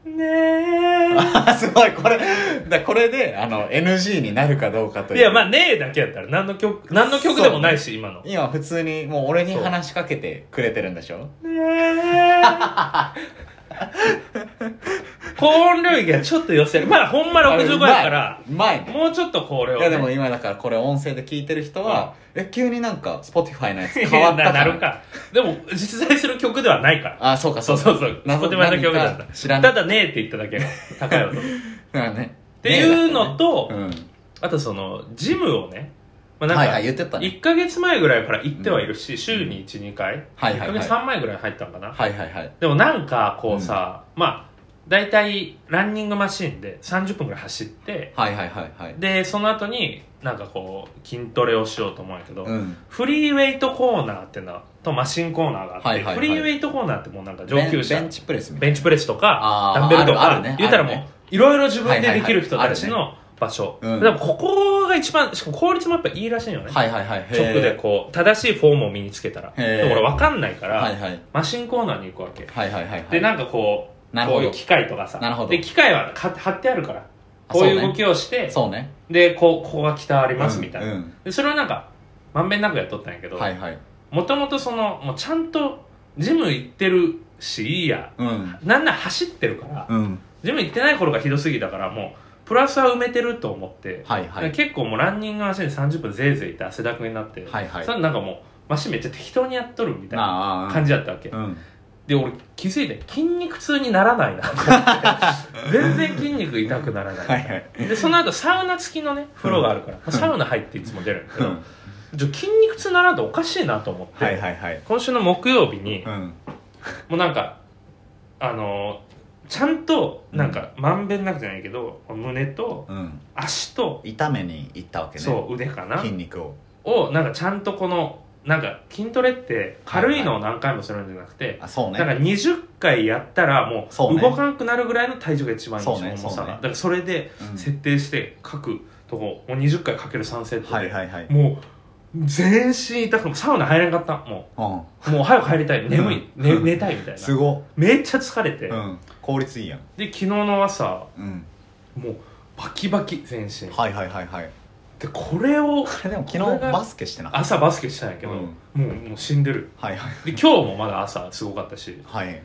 S2: うん
S1: ね
S2: あすごいこれだこれであの NG になるかどうかと
S1: え
S2: いう
S1: い
S2: い
S1: やまあねえだけやったら何の曲何の曲でもないし今の
S2: 今普通にもう俺に話しかけてくれてるんでしょ
S1: ねえ高音領域がちょっと寄せるまあほんま65やから
S2: うまいね
S1: もうちょっとこれを、
S2: い
S1: ね、
S2: やでも今だからこれ音声で聞いてる人は、え急になんか Spotify のやつ
S1: いや
S2: 変わった
S1: ななるかでも実在する曲ではないから
S2: あそうか
S1: そう
S2: か
S1: そうそう
S2: 謎
S1: そこで前の曲だっ
S2: 何
S1: た
S2: か知ら
S1: た
S2: ない
S1: だねえって言っただけの高い音っ
S2: だ ね
S1: ていうのと、
S2: うん
S1: あとそのジムをね、まあ、なん
S2: はいは
S1: か
S2: い言ってたね
S1: 1か月前ぐらいから行ってはいるし、週に12回、
S2: はい
S1: 一
S2: はい
S1: ヶ
S2: はい
S1: 月3枚ぐらい入ったのかな、
S2: はいはいはい
S1: でもなんかこうさ、まあ大体ランニングマシンで30分ぐらい走って
S2: はいはいはいはい
S1: でその後になんかこう筋トレをしようと思うんやけど、
S2: うん
S1: フリーウェイトコーナーっていうのとマシンコーナーがあって、
S2: はいはいはい
S1: フリーウェイトコーナーってもうなんか上級者
S2: ベンベンチプレスみた
S1: ベ
S2: い
S1: ンチプレスとか
S2: あー
S1: ダンベルと
S2: ある
S1: か、
S2: あるね
S1: 言ったらもう、
S2: あるね
S1: いろいろ自分でできる人たち
S2: は
S1: の場所、
S2: うん
S1: でもここが一番しかも効率もやっぱいいらしいよね、
S2: なはいはいはいへー
S1: 直でこう正しいフォームを身につけたら
S2: へー
S1: でも俺分かんないから、
S2: はいはい
S1: マシンコーナーに行くわけ、
S2: はいはいはいはい
S1: でなんかこう
S2: なる
S1: こ
S2: ほ
S1: うい
S2: ど
S1: う機械とかさ
S2: なるほど
S1: で機械はか貼ってあるから
S2: あ
S1: こういう
S2: そうね
S1: 動きをして、
S2: そうね
S1: でこうここが北ありますみたいな、
S2: うんうん
S1: でそれをなんかまんべんなくやっとったんやけど、
S2: はいはい
S1: もともとそのもうちゃんとジム行ってるしいいや
S2: うん
S1: なんなら走ってるから、
S2: うん
S1: ジム行ってない頃がひどすぎたからもうプラスは埋めてると思って、
S2: はいは
S1: で
S2: い
S1: 結構もうランニングの足に30分ぜいぜいって汗だくになって、
S2: はいはい
S1: それなんかもうマシンめっちゃ適当にやっとるみたいな
S2: あ
S1: 感じだったわけ、
S2: うん
S1: で俺気づいて筋肉痛になら ないなと思って全然筋肉痛くならない
S2: はいはい
S1: でその後サウナ付きのね風呂があるから、サウナ入っていつも出るんだけ
S2: う
S1: ど、
S2: ん
S1: ちょ筋肉痛ならんとおかしいなと思って、
S2: はいはいはい
S1: 今週の木曜日に、
S2: う
S1: も
S2: ん
S1: うなんかあのーちゃんとなんかまんべんなくじゃないけど胸と
S2: うん
S1: 足と、
S2: 痛めに行ったわけね
S1: そう腕かな
S2: 筋肉を
S1: をなんかちゃんとこのなんか筋トレって軽いのを何回もするんじゃなくて、
S2: あそうね
S1: なんか20回やったらも
S2: そう
S1: う
S2: ね
S1: 動かなくなるぐらいの体重が一番いいんです
S2: そう
S1: よ、
S2: ね
S1: 重さ
S2: そう
S1: が、
S2: ね
S1: だからそれで
S2: うん
S1: 設定して各とこもう20回かける3セットで、
S2: はいはいはい
S1: もう全身痛くてもうサウナ入れなかったも
S2: うん
S1: うもう早く入りたい眠い、
S2: うん
S1: ね、寝たいみたいな
S2: すご
S1: めっちゃ疲れて、
S2: うん効率いいやん
S1: で昨日の朝
S2: うん
S1: もうバキバキ全身
S2: はいはいはいはい
S1: でこれを
S2: これでも昨
S1: これ
S2: 日
S1: が
S2: バスケしてなかっ
S1: 朝バスケしたんやけ
S2: た
S1: ど、
S2: うん
S1: もうもう死んでる
S2: はいはい
S1: で今日もまだ朝すごかったし
S2: はい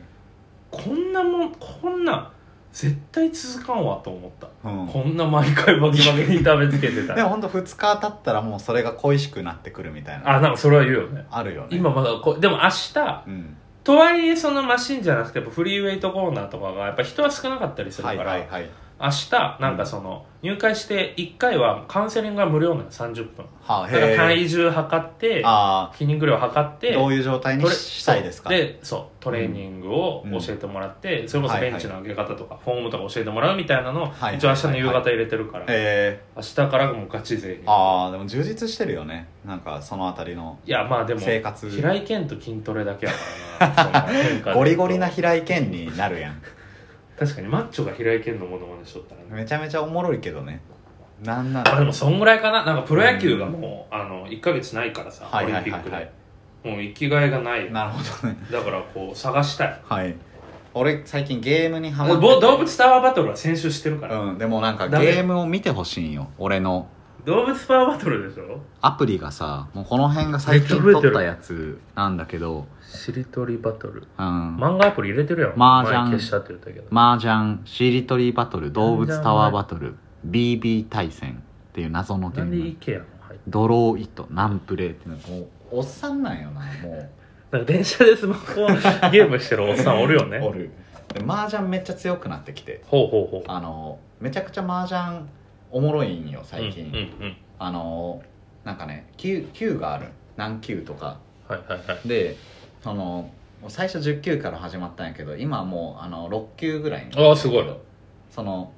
S1: こんなもんこんなん絶対続かんわと思った
S2: うん
S1: こんな毎回バキバキに食べつけてた
S2: で
S1: ら
S2: もほんと2日経ったらもうそれが恋しくなってくるみたいな
S1: あなんかそれは言うよね
S2: あるよね
S1: 今まだこでも明日
S2: うん
S1: とはいえそのマシンじゃなくてやっぱフリーウェイトコーナーとかがやっぱ人は少なかったりするか
S2: はい
S1: ら、
S2: はいはい
S1: 明日なんかその入会して1回はカウンセリングが無料なの30分
S2: はあ
S1: だから
S2: へえ
S1: 体重測って
S2: あ
S1: 筋肉量測って
S2: あどういう状態に
S1: トレ
S2: したいですか
S1: そうでそうトレーニングを教えてもらって、それこそベンチの上げ方とか、フォームとか教えてもらうみたいなのを、
S2: はい
S1: 一応明日の夕方入れてるから、
S2: え
S1: 明日からもうガチ勢に
S2: ー、ああでも充実してるよねなんかそのあたりの
S1: いやまあでも
S2: 生活
S1: 平井堅と筋トレだけやからな その変化で
S2: ゴリゴリな平井堅になるやん
S1: 確かにマッチョが平井堅のものまねしとったらね
S2: めちゃめちゃおもろいけどねなんな
S1: まあで
S2: ら
S1: もそんぐらいかななんかプロ野球がもう、あの1か月ないからさ、
S2: はいはい
S1: オリン
S2: は
S1: ピック
S2: い
S1: で、
S2: はい
S1: もう生きがいがない
S2: なるほどね
S1: だからこう探したい
S2: はい俺最近ゲームにハマってて
S1: ぼ動物タワーバトルは先週してるから、
S2: うんでもなんかゲ
S1: ダメ
S2: ームを見てほしいんよ俺の
S1: 動物タワーバトルでしょ
S2: アプリがさもうこの辺が最近
S1: めっちゃ増えて
S2: 撮
S1: る
S2: ったやつなんだけど
S1: しりとりバトル
S2: うん
S1: 漫画アプリ入れてるやん
S2: 麻雀
S1: 前消したって言ったけど
S2: 麻雀しりとりバトル動物タワーバトル BB 対戦っていう謎のゲ
S1: な
S2: ー
S1: んで
S2: ム
S1: IKEA の入って
S2: ドローイットナンプレーっていうのがもうおっさんなんよなも
S1: なんか電車でスマホをゲームしてるおっさんおるよね
S2: うおるで麻雀めっちゃ強くなってきて
S1: ほうほうほう
S2: あのめちゃくちゃ麻雀おもろいんよ最近、
S1: うんうんうん
S2: あのなんかね級級がある何級とか
S1: はいはいはい
S2: でその最初10級から始まったんやけど今はもうあの6級ぐらいに
S1: あーすごい
S2: その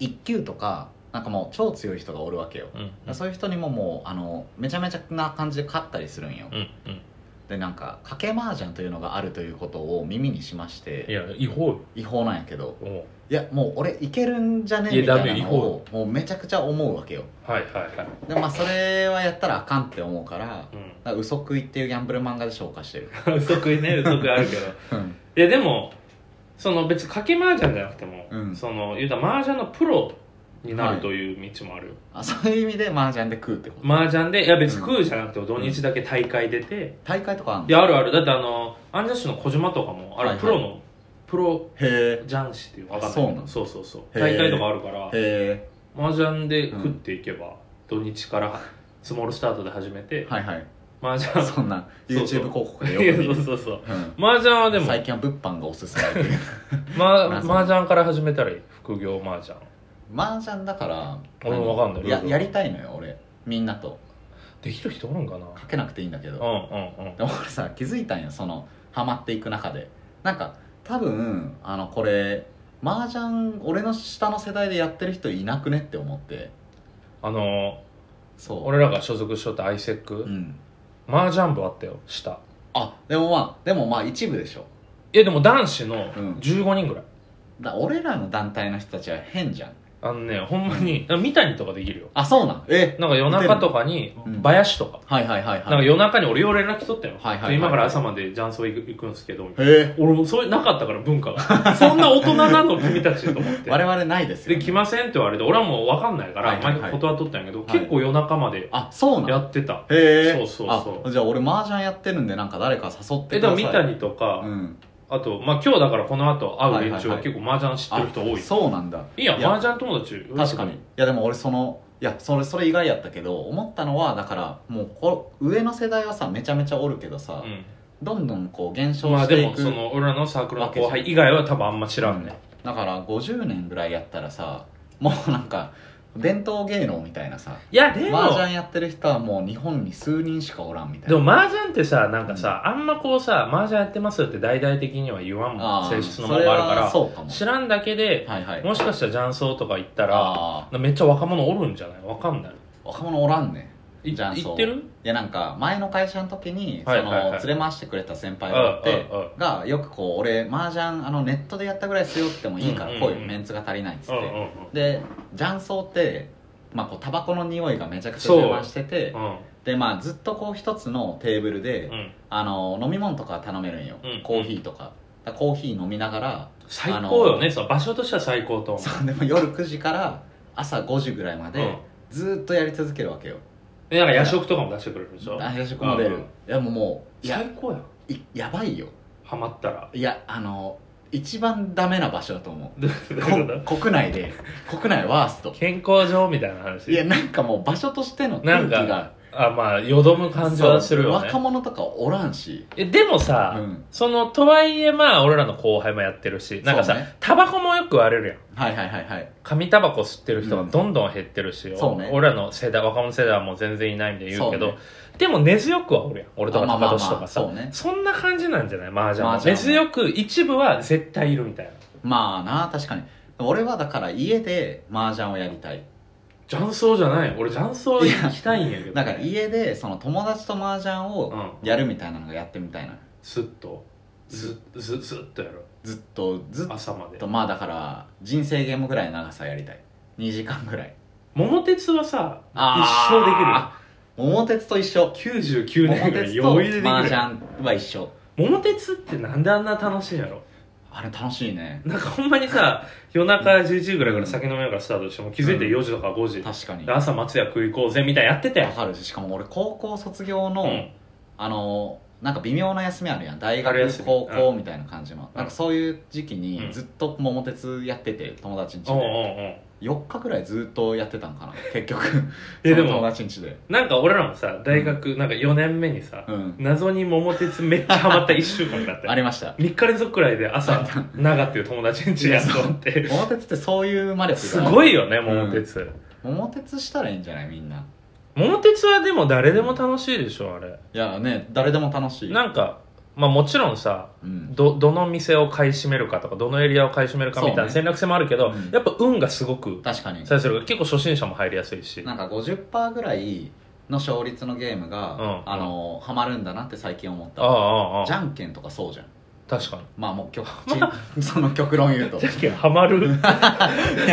S2: 1級とかなんかもう超強い人がおるわけよ、
S1: うんうん
S2: そういう人にももうあのめちゃめちゃな感じで勝ったりするんよ、
S1: うんうん
S2: でなんか賭け麻雀というのがあるということを耳にしまし
S1: い
S2: て
S1: や違法よ
S2: 違法なんやけど
S1: も
S2: いやもう俺いけるんじゃね
S1: いや
S2: みた
S1: ダ
S2: い
S1: メ違
S2: な
S1: 法
S2: のをもうめちゃくちゃ思うわけよ
S1: うはいはいはい
S2: でまあそれはやったらあかんって思うからだ
S1: うん
S2: から嘘食いっていうギャンブル漫画で消化して る
S1: 嘘食いね嘘食いあるけど
S2: うん
S1: いやでもその別に賭け麻雀じゃなくても、
S2: うん
S1: その言うたら麻雀のプロになるという道もあるよ、
S2: あそういう意味で麻雀で食うってこと
S1: 麻雀でいや別に食うじゃなくても土日だけ大会出て、
S2: 大会とかあんの
S1: いやあるあるだってあのアンジャッシュの小島とかもあ
S2: はいは
S1: れ
S2: い
S1: プロの、プロ
S2: へ
S1: 雀士っていうわかんない
S2: そうなの
S1: そうそうそう
S2: へー
S1: 大会とかあるから
S2: えへ
S1: 麻雀で食っていけば、土日からスモールスタートで始めて
S2: えはいはい
S1: 麻雀
S2: そんな YouTube 広告でよ
S1: いや
S2: く
S1: そ
S2: 見
S1: う
S2: る
S1: そうそう
S2: うん
S1: 麻雀はでも
S2: 最近は物販がおすす めっていう
S1: ま
S2: まあそう
S1: 麻雀から始めたらいい副業麻雀
S2: 麻雀だから
S1: 俺もわかんない
S2: や
S1: ルール
S2: やりたいのよ俺みんなと
S1: できる人おるんかな
S2: かけなくていいんだけ
S1: う
S2: ど
S1: んうんうん
S2: でも俺さ気づいたんよそのハマっていく中でなんか多分あのこれ麻雀俺の下の世代でやってる人いなくねって思って
S1: あの
S2: そう
S1: 俺らが所属しとったアイセッ
S2: う
S1: ク
S2: ん
S1: 麻雀部あったよ下
S2: あでもまあでもまあ一部でしょ
S1: いやでも男子の
S2: うん
S1: 15人ぐらい
S2: だ俺らの団体の人たちは変じゃん
S1: あのねほんまに三谷とかできるよ
S2: あそうなんえ
S1: なんか夜中とかに
S2: うん
S1: 林とか、
S2: はいはいはいはい
S1: なんか夜中に俺よう連絡来とったよ、
S2: はいはいはい
S1: 今から朝まで雀荘行く行くんですけどみたいな
S2: へえ
S1: 俺もそれなかったから文化が そんな大人なの君たちと思って
S2: 我々ないですよ、
S1: で来ませんって言われて俺はもう分かんないか
S2: は
S1: ら
S2: いはいはい
S1: 毎回断っとったんやけど、
S2: はい
S1: 結構夜中まで
S2: あそうなん
S1: やってた、
S2: へえ
S1: そうそうそう
S2: あじゃあ俺麻雀やってるんでなんか誰か誘って
S1: え
S2: く
S1: で
S2: だ
S1: も
S2: さい
S1: 三谷とか、
S2: うん
S1: あと、まあ、今日だからこの後会う連中は
S2: はいはいはい
S1: 結構麻雀知ってる人多い、い
S2: あそうなんだ
S1: いやん
S2: いや
S1: 麻雀友達
S2: 確かにいやでも俺そのいやそれそれ意外やったけど思ったのはだからもうこ上の世代はさめちゃめちゃおるけどさ、
S1: う
S2: どんどんこう減
S1: ん
S2: 少
S1: まあ
S2: し
S1: で
S2: てい
S1: も
S2: く、
S1: その俺らのサークルの後輩以外は多分あんま知らんね、
S2: だから50年ぐらいやったらさもうなんか伝統芸能みたいなさ
S1: いやでも
S2: 麻雀やってる人はもう日本に数人しかおらんみたい
S1: で
S2: な
S1: も麻雀ってさなんかさ、あんまこうさ麻雀やってますって大々的には言わんも
S2: あ
S1: ん
S2: ー
S1: 性質のものがあるから
S2: それはそうかも
S1: 知らんだけで、
S2: はいはい
S1: もしかしたら雀荘とか行ったら
S2: あ
S1: めっちゃ若者おるんじゃないわかんない
S2: ー若者おらんね
S1: い
S2: 雀荘
S1: 行ってる
S2: いやなんか前の会社の時にそ
S1: はいはい
S2: の
S1: はい
S2: 連れ回してくれた先輩
S1: あ
S2: があっ
S1: あ
S2: て
S1: ああ
S2: がよくこう俺麻雀あのネットでやったぐらい強くてもいいから
S1: うんうん
S2: 来
S1: うん
S2: いよメンツが足りないっつっ
S1: うんうん
S2: てで雀荘ってまあこうタバコの匂いがめちゃくちゃ
S1: そう
S2: 充満しててでまあずっとこう一つのテーブルで
S1: うんうん
S2: あの飲み物とか頼めるんよ、
S1: うん
S2: コーヒーとかだからコーヒー飲みながら
S1: 最高よねそう場所としては最高と思う
S2: そうでも夜9時から朝5時ぐらいま
S1: うん
S2: でずっとやり続けるわけよ、
S1: でなんか夜食とかも出してくれるでしょ
S2: あ夜食も出る、
S1: うん
S2: いやもうもういや
S1: 最高やん
S2: いやばいよ
S1: ハマったら
S2: いやあの一番ダメな場所だと思
S1: どう
S2: う
S1: いう
S2: こ
S1: こと
S2: 国内で国内ワー スト
S1: 健康上みたいな話
S2: いやなんかもう場所としての
S1: な
S2: 空
S1: ん
S2: 気
S1: か
S2: が
S1: あまあよどむ感じはするよ
S2: そう
S1: ね
S2: 若者とかおらんし
S1: えでもさ、
S2: うん
S1: そのとはいえまあ俺らの後輩もやってるしなんかさ、
S2: そうね
S1: タバコもよく言われるやん
S2: はいはいはいはい
S1: 紙タバコ吸ってる人がどんどん減ってるし、
S2: んそうね
S1: 俺らの世代若者世代はもう全然いないんで言うけど
S2: そうね
S1: でも根強くはおるやん俺とか
S2: あまあまあ
S1: 高
S2: まあ
S1: 年とかさ、
S2: そうね
S1: そんな感じなんじゃない麻雀は
S2: 麻雀
S1: 根
S2: は
S1: 強く一部は絶対いるみたいな
S2: まあな確かに俺はだから家で麻雀をやりたい
S1: 雀荘じゃない俺雀荘行きたいんやけど、
S2: なんか家でその友達と麻雀を
S1: う
S2: やるみたいなのがやってみたいな
S1: スッとずずずっとやる
S2: ずっとずっ
S1: 朝まで
S2: とまあだから人生ゲームぐらいの長さやりたい2時間ぐらい
S1: 桃鉄はさ一
S2: あー
S1: 生できるよ
S2: 桃鉄と一緒
S1: 99
S2: 桃
S1: 年ぐらい
S2: 鉄
S1: 余裕ででき
S2: と
S1: る
S2: 麻雀は一緒
S1: 桃鉄ってなんであんな楽しいんやろ
S2: あれ楽しいね
S1: なんかほんまにさ夜中11時ぐらいから酒飲みながらスタートしても気づいて4時とか5時、
S2: 確かに
S1: で朝松屋食い行こうぜみたいなやってたや
S2: わ
S1: ん
S2: かるししかも俺高校卒業の、
S1: うん
S2: あのなんか微妙な休みあるやん大
S1: 春休
S2: 学
S1: み
S2: 高校みたいな感じの、なんかそういう時期
S1: うん
S2: にずっと桃鉄やってて友達ん家
S1: おうおう
S2: で
S1: お
S2: 4日ぐらいずっとやってたんかな結局
S1: えで
S2: そ
S1: も
S2: の友達ん家で
S1: うなんか俺らもさ大学なんか4年目にさ、
S2: うん
S1: 謎に桃鉄めっちゃハマった1週間だった
S2: あ
S1: よ
S2: りました
S1: 3日連続くらいで朝長っていう友達ん家やっとって
S2: 桃鉄ってそういう魔力が
S1: すごいよね桃鉄、
S2: 桃鉄したらいいんじゃないみんな
S1: 桃鉄はでも誰でも楽しいでしょあれ
S2: いやね誰でも楽しい
S1: なんかまあもちろんさ
S2: うん、
S1: どどの店を買い占めるかとかどのエリアを買い占めるかみたいな
S2: そ
S1: 戦略性もあるけど、
S2: うん
S1: やっぱ運がすごく
S2: 確かに
S1: さえするから結構初心者も入りやすいし
S2: なんか50%ぐらいの勝率のゲームが、
S1: うん
S2: あのハマるんだなって最近思っ
S1: ああ
S2: た
S1: あああ
S2: じゃんけんとかそうじゃん
S1: 確かに
S2: まあもう 極、ちその極論言うと
S1: じゃんけんハマる
S2: いや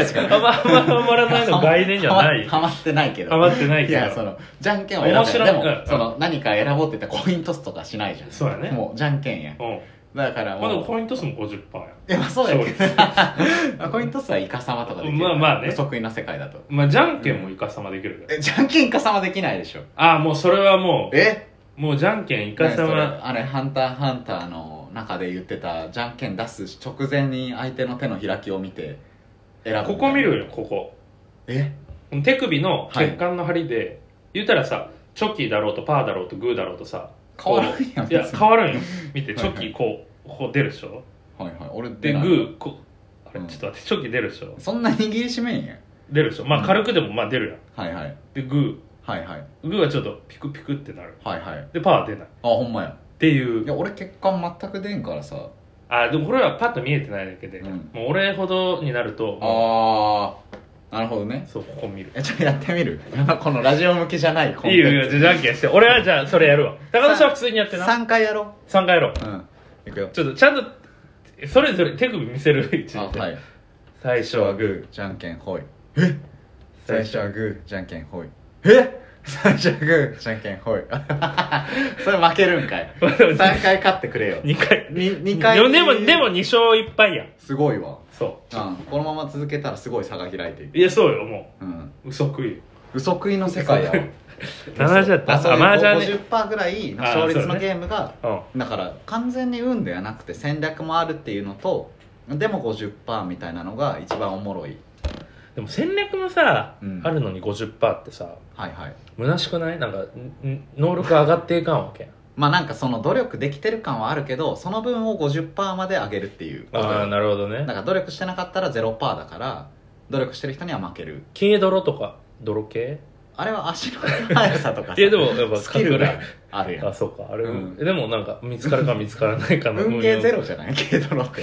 S2: 違
S1: ハ
S2: う
S1: マハマハマらないの概念じゃ ない
S2: ハマハマってないけど
S1: ハマってないけど
S2: やそのじゃんけんを選
S1: 面白い
S2: べでも、
S1: うん
S2: その何か選ぼうって言ったらコイントスとかしないじゃん
S1: そうやね
S2: もうじゃんけんやん
S1: うん
S2: だから
S1: まあで
S2: も
S1: も
S2: う、
S1: コイントスも50%や
S2: いや まあそうやけ
S1: 勝
S2: どコイントスはイカ様とかできるから
S1: まあまあね
S2: 不足意な世界だと
S1: まあじゃんけんもイカ様できるから、
S2: えじゃんけんイカ様できないでしょ
S1: ああもうそれはも
S2: え
S1: うもうじゃんけんイカ
S2: 何それ
S1: 様
S2: あれハンターハンターの中で言ってたじゃんけん出す直前に相手の手の開きを見て選ぶ
S1: ここ見るよここ
S2: え
S1: この手首の血管の針で、言ったらさチョキだろうとパーだろうとグーだろうとさ
S2: 変わるんやん
S1: いや
S2: 別に
S1: 変わ るんよ見てチ
S2: はいはい
S1: ョキこうこう出るでしょ
S2: はいはい俺
S1: で
S2: 出
S1: グ
S2: ない
S1: ーこうあれ
S2: うん
S1: ちょっと待ってチョキ出るでしょ
S2: そんな握りしめんや
S1: 出るでしょまあ軽くでもまあ出るやん
S2: はいはい
S1: でグ
S2: はいはい
S1: ーグーはちょっとピクピクってなる
S2: はいはいあ
S1: でパー出ないっ
S2: ほんまや
S1: てい
S2: いうや俺血管全く出んからさ
S1: あでもこれはパッと見えてないだけで、
S2: うん
S1: もう俺ほどになるとも
S2: あーなるほど
S1: う
S2: ね
S1: そうここ見る
S2: えちょっとやってみる このラジオ向きじゃないコン
S1: い
S2: テ
S1: い
S2: ンツ
S1: よいいよじゃあじゃんけんして俺はじゃあそれやるわ高田さんは普通にやってな3
S2: 3回やろ
S1: 回やろう
S2: ううんいくよ
S1: ちょっとちゃんとそれぞれ手首見せる位置
S2: あ
S1: で
S2: はい
S1: 最初
S2: 今日
S1: は
S2: は
S1: グー
S2: グーじゃんけんほい最初はグーじゃんけんほいえ最初はグーじゃんけんほい それ負けるんか い3回勝ってくれよ
S1: 2回
S2: に二回
S1: でもでも2勝1敗やん
S2: すごいわ
S1: そ
S2: うんこのまま続けたらすごい差が開いていく
S1: ういやそうよも
S2: うん
S1: う嘘食いよ
S2: 嘘食いの世界や わ
S1: 話だった
S2: あそう
S1: あマージャンね
S2: 50%ぐらいの勝率のゲームが
S1: うん
S2: だから完全に運ではなくて戦略もあるっていうのとでも50%みたいなのが一番おもろい
S1: でも戦略もさ、
S2: うん
S1: あるのに50%ってさ
S2: はいはい
S1: 虚しくないなんかんん能力上がっていかんわけやん
S2: まあなんかその努力できてる感はあるけどその分を50%まで上げるっていうこと
S1: ああ
S2: だ
S1: なるほどね
S2: から努力してなかったら0%だから努力してる人には負ける
S1: 軽泥とか泥系
S2: あれは足の速さとかさ
S1: いやでもやっぱ
S2: スキルが
S1: 隠
S2: あるやん
S1: あそうかあれ、
S2: うん
S1: でもなんか見つかるか見つからないか の
S2: 運ゲーゼロじゃない軽度のって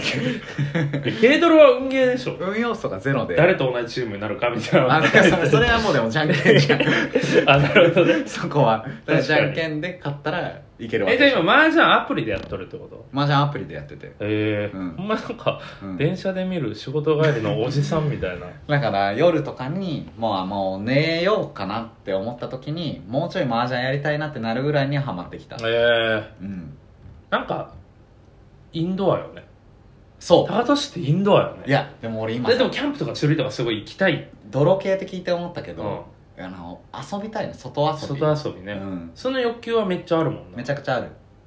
S1: え軽泥は運ゲーでしょ
S2: 運要素がゼロで
S1: 誰と同じチームになるかみたいな
S2: あだからそれそれはもうでもじゃんけんじゃん
S1: あなるほど ね
S2: そこは
S1: 確かに
S2: じゃんけんで勝ったらいけるわ
S1: え
S2: け
S1: じゃあ
S2: でしょ
S1: 今麻雀アプリでやっとるってこと
S2: マージャンアプリでやってて、
S1: ええ
S2: うん
S1: ほんまなんか
S2: うん
S1: 電車で見る仕事帰りのおじさんみ たいな
S2: だから夜とかにもうあもう寝ようかなって思った時にもうちょいマージャンやりたいなってなるぐらいにはハマってきた、
S1: ええ
S2: うん
S1: なんかインドアよね
S2: そ
S1: 高田市ってインドアよね
S2: ういやでも俺今
S1: ででもキャンプとか釣りとかすごい行きたい
S2: 泥系って聞いて思ったけ
S1: うん
S2: ど、あの遊びたいの外遊び
S1: 外遊びね、
S2: うん
S1: その欲求はめっちゃあるもんな
S2: めちゃくちゃある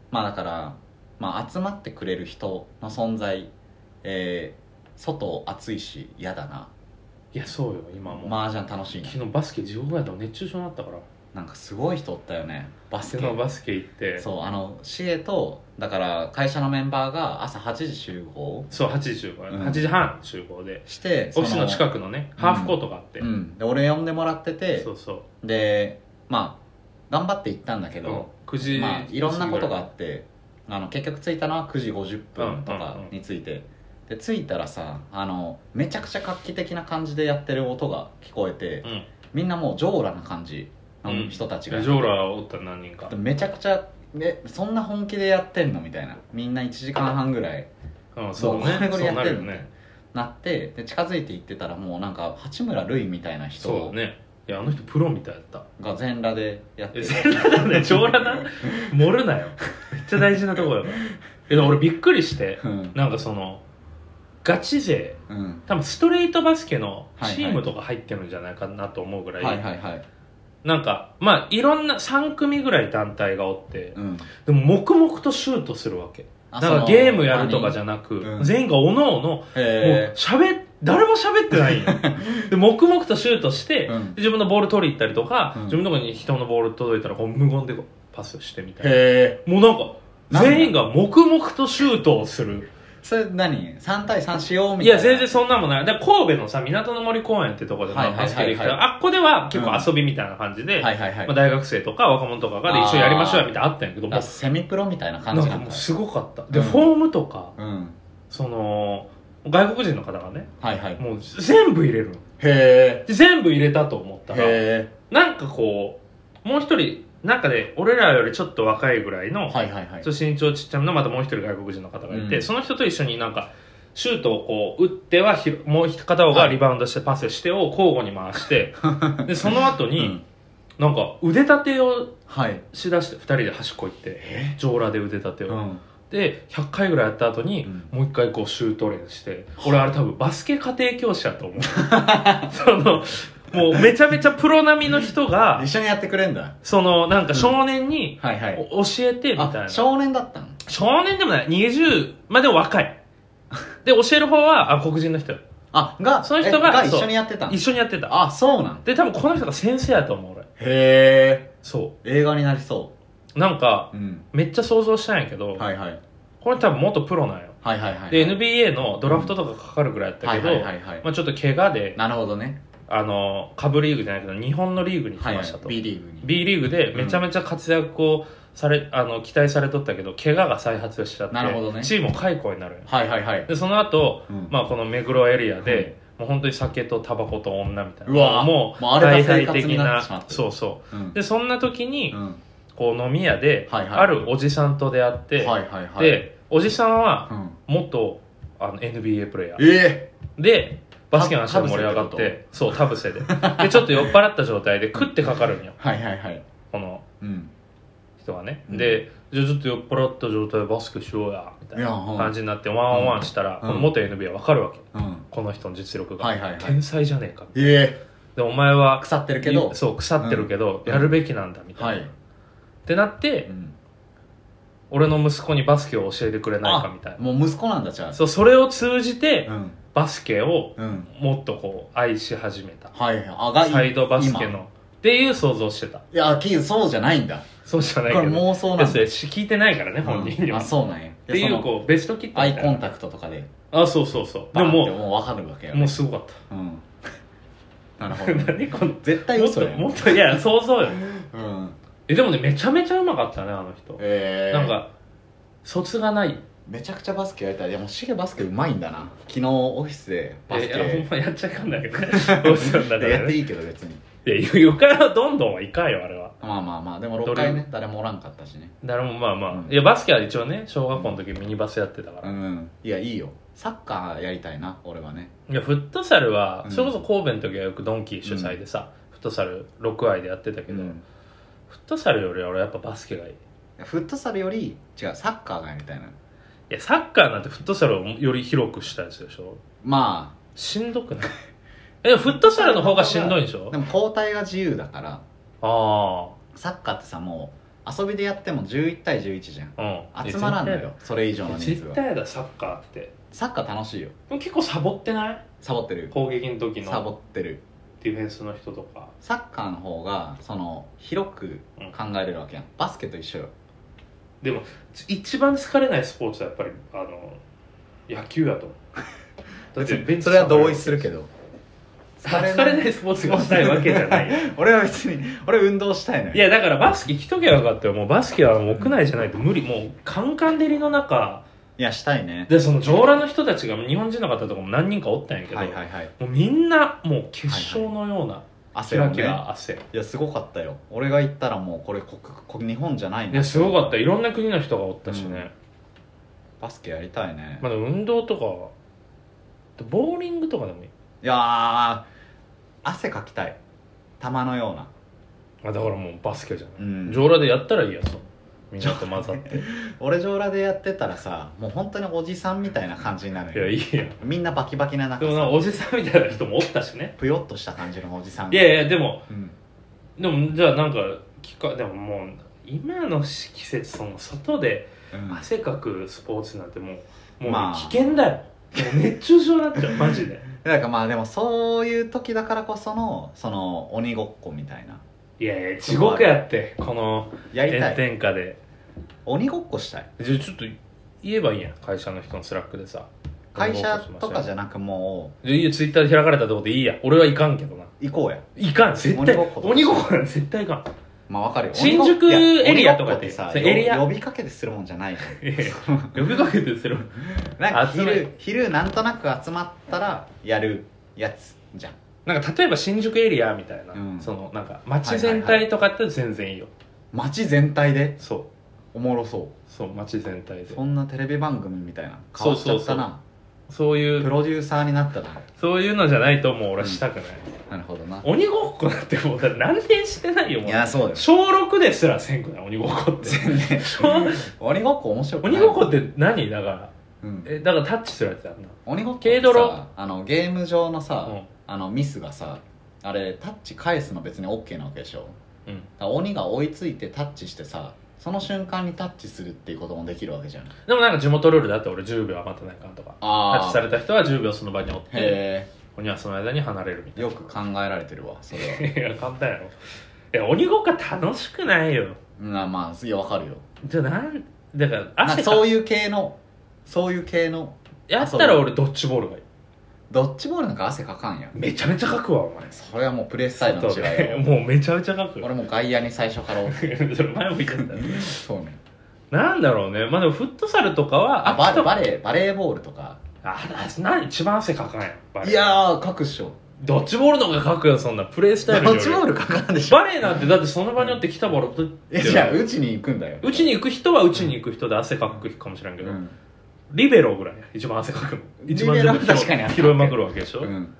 S2: まあだから、まあ、集まってくれる人の存在えー、外暑いし嫌だない
S1: やそうよ今も、
S2: マージャン楽しいな
S1: 昨日バスケ地獄やったら熱中症になったから
S2: なんかすごい人おったよねバス
S1: 昨
S2: ケ
S1: 日バスケ行ってそう
S2: そうあのシエとだから会社のメンバーが朝8時集合
S1: 8時集合、
S2: うん
S1: 8時半集合で
S2: して
S1: オフィスの近
S2: く
S1: くのね
S2: うん
S1: ハーフコートがあって、
S2: うんで俺呼んでもらってて
S1: そうそう、
S2: でまあ頑張って行ったんだけ
S1: うん
S2: ど、、
S1: 9時、
S2: まあいろんなことがあってあの結局着いたのは9時50分と
S1: う
S2: か
S1: んうんうん
S2: に着いて、で着いたらさあのめちゃくちゃ画期的な感じでやってる音が聞こえて、
S1: うん
S2: みんなもうジョーラな感じの人たち
S1: ジ
S2: が、
S1: ョーラーおったら何人か
S2: めちゃくちゃえそんな本気でやってんのみたいなみんな1時間半ぐらい
S1: うんそう
S2: そうこれ
S1: ね
S2: これ
S1: そう
S2: や
S1: な
S2: って
S1: る
S2: る
S1: よ
S2: んだ
S1: ね
S2: なってで近づいて行ってたらもうなんか八村塁みたいな
S1: そう
S2: 人
S1: だねいやあの人プロみたいだった
S2: が全裸でやって
S1: え
S2: る
S1: 全裸だね上裸な盛るなよめっちゃ大事なとこよえでも俺びっくりして
S2: うん
S1: なんかそのガチ勢
S2: うん
S1: 多分ストレートバスケのチームとか入ってるんじゃないかなと思うぐらい、
S2: はいはいはい
S1: なんかまあいろんな3組ぐらい団体がおって
S2: うん
S1: でも黙々とシュートするわけ
S2: あ
S1: なんかゲームやるとかじゃなく、
S2: うん
S1: 全員がおのおのも
S2: へ
S1: う
S2: え
S1: 喋っ誰も喋って ないんよで黙々とシュートして、
S2: うん
S1: で自分のボール取り行ったりとか、
S2: うん
S1: 自分のとこに人のボール届いたらこう無言でこうパスしてみたいな
S2: へえ
S1: もうなんか、
S2: なんだ
S1: 全員が黙々とシュートをする。
S2: それ何3対3しようみ
S1: いや、
S2: たいない
S1: 全然そんなもんない。だから神戸のさ、港の森公園ってとこでま
S2: は
S1: あ
S2: いはいはいはい
S1: バスケできたら、あっこでは結構遊びみたいな感じで、
S2: はいはいはい、
S1: まあ、大学生とか若者とかがで
S2: あー
S1: 一緒にやりましょうやみたいなのあったんやけど、も
S2: あセミプロみたいな
S1: う
S2: 感
S1: な
S2: じ
S1: ん
S2: な
S1: か
S2: ん
S1: もう
S2: だ
S1: すごかった。で、
S2: うん
S1: フォームとか、
S2: うん
S1: その、外国人の方がね、
S2: はいはいへ
S1: もう全部入れるの
S2: え
S1: で全部入れたと思った
S2: へ
S1: ら、
S2: え
S1: なんかこう、もう一人、なんかね、俺らよりちょっと若いぐらいの、
S2: はいはいはい
S1: ちょっと身長ちっちゃめのまたもう一人外国人の方がいて、
S2: うん
S1: その人と一緒になんかシュートをこう打ってはひろもう片方がリバウンドしてパスしてを交互に回 して、でその後
S2: う
S1: に
S2: ん
S1: なんか腕立てを
S2: はい
S1: しだして2人で端っこ行って
S2: え
S1: 上裸で腕立てを、
S2: うん
S1: で100回ぐらいやった後に、
S2: うん
S1: もう一回こうシュート練して俺あれ多分バスケ家庭教師だと思う そのもうめちゃめちゃプロ並みの人が
S2: 一緒にやってくれんだ
S1: そのなんか少年に
S2: はいはい
S1: お教えてみたいな
S2: あ少年だったの
S1: 少年でもない20まあでも若いで教える方はあ黒人の人よ
S2: あが
S1: その人が
S2: え一
S1: そう
S2: 緒にやってたの
S1: 一緒にやってた
S2: あそうなん
S1: で多分この人が先生やと思う俺
S2: へ
S1: そ
S2: え映画になりそう
S1: なんか
S2: ううん
S1: めっちゃ想像したんやけど、
S2: はいはい
S1: この人多分元プロなんよ
S2: はいはいはい
S1: で NBA のドラフトとかかかるぐらいやった
S2: は
S1: け
S2: い
S1: ど
S2: はいはいはい
S1: まあちょっと怪我で
S2: なるほどね
S1: あの下部リーグじゃないけど日本のリーグに来
S2: はいは
S1: ま
S2: い
S1: したと、
S2: B リーグに
S1: B リーグでめちゃめちゃ活躍をされ、あの期待されとったけど怪我が再発しちゃって
S2: なるほどね
S1: チームを解雇になるんよ
S2: はいはいはい
S1: でその後
S2: うん
S1: まあ、この目黒エリアで、
S2: はい
S1: もう本当に酒とタバコと女みたいな
S2: うわ
S1: もう
S2: もうあれが
S1: 大
S2: 生
S1: 々
S2: 活
S1: 的
S2: になっ
S1: な
S2: てしまってる
S1: そうそううんでそんな時に、
S2: うん
S1: こう飲み屋で、
S2: はいはい
S1: あるおじさんと出会って、
S2: はいはいはい
S1: でおじさんは
S2: うん
S1: 元あの NBA プレイヤー
S2: ええ
S1: でバスケの話が盛り上がっ
S2: 田臥って
S1: てそう田臥ででちょっと酔っ払った状態で食ってかかるんよ
S2: はいはいはい
S1: この
S2: うん
S1: 人がね、
S2: うん
S1: でじゃあちょっと酔っ払った状態でバスケしようやみたい
S2: いやう
S1: なん感じになってワンオンワンしたら、
S2: う
S1: こ
S2: ん
S1: の元 NBA わかるわけ
S2: うん
S1: この人の実力が、
S2: はいはいはい
S1: 天才じゃねえか
S2: いえ
S1: でお前は
S2: 腐ってるけど
S1: いそう腐ってるけど、
S2: うん
S1: やるべきなんだみたいな、
S2: はい
S1: ってなって、
S2: うん
S1: 俺の息子にバスケを教えてくれないかみたい
S2: あもう息子なんだじゃ
S1: なそうそれを通じて、
S2: あうん
S1: バスケを
S2: うん
S1: もっとこう愛し始めた
S2: はいあが
S1: サイドバスケ
S2: 今
S1: のっていう想像してた
S2: いやキーそうじゃないんだ
S1: そうじゃ
S2: こ
S1: ない
S2: れ
S1: けど
S2: 妄想
S1: で
S2: なん
S1: そ
S2: だ
S1: れ聞いてないからね、本人に
S2: うん
S1: は
S2: あ
S1: っ
S2: そうなんや
S1: てい
S2: でそうの
S1: こうベストキット
S2: ア
S1: み
S2: イ
S1: たい
S2: コン
S1: な
S2: タクトとかで
S1: あそうそうそうで
S2: バーン
S1: も
S2: って
S1: も
S2: もう分かるわけや
S1: うも
S2: ね
S1: うすごかった
S2: うんなるほ ど
S1: 何この
S2: 絶対
S1: もっ
S2: 嘘
S1: と
S2: や
S1: も
S2: ん
S1: っといや想像よ
S2: うん
S1: えでもねめちゃめちゃうまかったねあの人、
S2: えー
S1: なんか卒がない
S2: めちゃくちゃバスケやりたいでもシゲバスケうまいんだな昨日オフィスでバス
S1: えいやほん
S2: ケ
S1: まやっちゃいかんだけど ねどうしたんだか
S2: でや
S1: ら
S2: って
S1: ね
S2: いいけど別に
S1: いや床はどんどんはいかんよあれは
S2: まあまあまあでも
S1: どれ
S2: 6回ね誰もおらんかったしね
S1: 誰もまあまあ、
S2: うん
S1: いやバスケは一応ね小学校の時ミニバスやってたから、
S2: うんいやいいよサッカーやりたいな俺はね
S1: いやフットサルは、
S2: うん
S1: それこそ神戸の時はよくドンキー主催でさ、フットサル6愛でやってたけど、
S2: うん
S1: フットサルより俺はやっぱバスケがいいい
S2: フットサルより違うサッカーがやりたいな
S1: やサッカーなんてフットサルをより広くしたやつでしょ
S2: ま
S1: しんどく ないえでもフットサルの方がしんどいんでし
S2: あ
S1: ょ
S2: でも交代が自由だから
S1: あ
S2: サッカーってさもう遊びでやっても11対11じゃん
S1: あうん
S2: 集まらんのよそれ以
S1: い
S2: 上
S1: や
S2: の人数
S1: 絶
S2: は
S1: 対やだサッカーってで
S2: サッカー楽しいよ
S1: も結構サボってない
S2: サボってる
S1: 攻撃の時
S2: サボ
S1: の
S2: ってる
S1: ディフェンスの人とか
S2: サッカーの方がその広く考えれるわけやんバスケと一緒よ
S1: でも一番疲れないスポーツはやっぱりあの野球やと思うだってベンチ
S2: それは同意するけど
S1: 疲れないスポーツがしたいわけじゃない
S2: 俺は別に俺運動したいのよ
S1: いやだからバスケ来ときゃよかったよもうバスケはもう屋内じゃないと無理もうカンカン照りの中
S2: いやしたいね
S1: でその上裸の人たちが日本人の方とかも何人かおったんやけど、
S2: はいはいはい
S1: もうみんなもう結晶のようなキ
S2: 汗を
S1: ラ
S2: ね
S1: キラ汗、
S2: いやすごかったよ俺が行ったらもうこれここ日本じゃない
S1: いやすごかった
S2: よ
S1: いろんな国の人がおったしね、
S2: バスケやりたいね、
S1: まあでも運動とかはボーリングとかでもいい
S2: いやー汗かきたい玉のような
S1: あだからもうバスケじゃない、
S2: うん
S1: 上裸でやったらいいやつみんなと混ざ って
S2: 俺上裸でやってたらさもう本当におじさんみたいな感じになる
S1: いや
S2: よ
S1: いいや
S2: みんなバキバキな中
S1: でもなんか
S2: さ
S1: おじさんみたいな人もおったし ね
S2: ぷよっとした感じのおじさん
S1: いやいやでも
S2: うん
S1: でもじゃあなんか聞かでももう今の季節その外で
S2: うん
S1: 汗かくスポーツなんてもうもう
S2: まあ
S1: 危険だよ、もう熱中症になっちゃ うマジで
S2: なんかまあでもそういう時だからこそのその鬼ごっこみたいない
S1: やいや地獄やってこの
S2: やりた
S1: 炎
S2: い
S1: 天下で
S2: 鬼ごっこしたい
S1: じゃあちょっと言えばいいやん会社の人のスラックでさ
S2: 会社とかじ
S1: ゃ
S2: ゃなくも
S1: じゃあいいよツイッターで開かれたとこでいいや俺はいかんけどな
S2: う行こうや
S1: いかん絶対
S2: 鬼ごっことか
S1: 鬼ごっこなんて絶対いかん
S2: まあわかるよ
S1: 新宿
S2: 鬼ごっこいや
S1: エリアとかって
S2: 鬼ごっ
S1: そ
S2: こさ
S1: うエリア
S2: よ呼びかけてするもんじゃないじ
S1: いやいや 呼びかけてする
S2: ゃんなんか
S1: 集め
S2: 昼昼なんとなく集まったらやるやつじゃん
S1: なんか例えば新宿エリアみたいな、
S2: うん
S1: そのなんか街全体とかって全然いいよ、
S2: 街全体で
S1: そう
S2: おもろそ
S1: そう街全体
S2: う
S1: で
S2: そんなテレビ番組みたいな変わっちゃったな
S1: そうい
S2: プ
S1: う
S2: ロデューサーになったな
S1: そういうのじゃないともう俺はしたくない、
S2: なるほどな
S1: 鬼ごっこなんてもうだって何年してないよも
S2: いうやそう です
S1: 小6ですらせんくない鬼ごっこって
S2: 鬼ごっこ面白くない
S1: 鬼ごっこって何だから
S2: うん
S1: えだからタッチするやつやんな
S2: 鬼ごっこ
S1: 軽泥
S2: さあのゲーム上のさ、
S1: うん
S2: あのミスがさあれタッチ返すの別に OK なわけでしょ
S1: うん
S2: だから鬼が追いついてタッチしてさその瞬間にタッチするっていうこともできるわけじゃん
S1: でもなんか地元ルールだって俺10秒余ってないかんとかタ
S2: あ
S1: ッチされた人は10秒その場におって
S2: へ
S1: 鬼はその間に離れるみた
S2: え
S1: い
S2: よく考えられてるわそれ は
S1: ないや簡単やろいや鬼ごっこ楽しくないよ
S2: うんあまあいやわかるよ
S1: じゃあなんだから
S2: なん
S1: 汗
S2: か
S1: か
S2: そういう系のそういう系の
S1: やったら俺ドッジボールがいい
S2: ドッジボールなんか汗かかんやん
S1: めちゃめちゃかくわお前
S2: それはもうプレースタイルの違い
S1: 外で
S2: よ
S1: もうめちゃめちゃかく
S2: 俺もう外野に最初から追って
S1: それ 前も言ってた
S2: そうね
S1: なんだろうねまあでもフットサルとかは
S2: あバ
S1: 秋と
S2: バレーバレーボールとか
S1: あだな一番汗かかんやんバレー
S2: いやー書くっしょ
S1: ドッジボールの方がかくよそんなプレース
S2: ド
S1: タイルより
S2: ッジボールかかんでしょ
S1: バレーなんてだってその場によって来たボールと
S2: えじゃあ打ちに行くんだよ
S1: うちに行く人はうちに行く人で汗かくかもしれんけ
S2: う
S1: ど、
S2: ん
S1: リベロぐらいや一番汗かくの一番
S2: リベロ
S1: 全部拾
S2: 確かに
S1: 拾いまくるわけでしょ、
S2: うん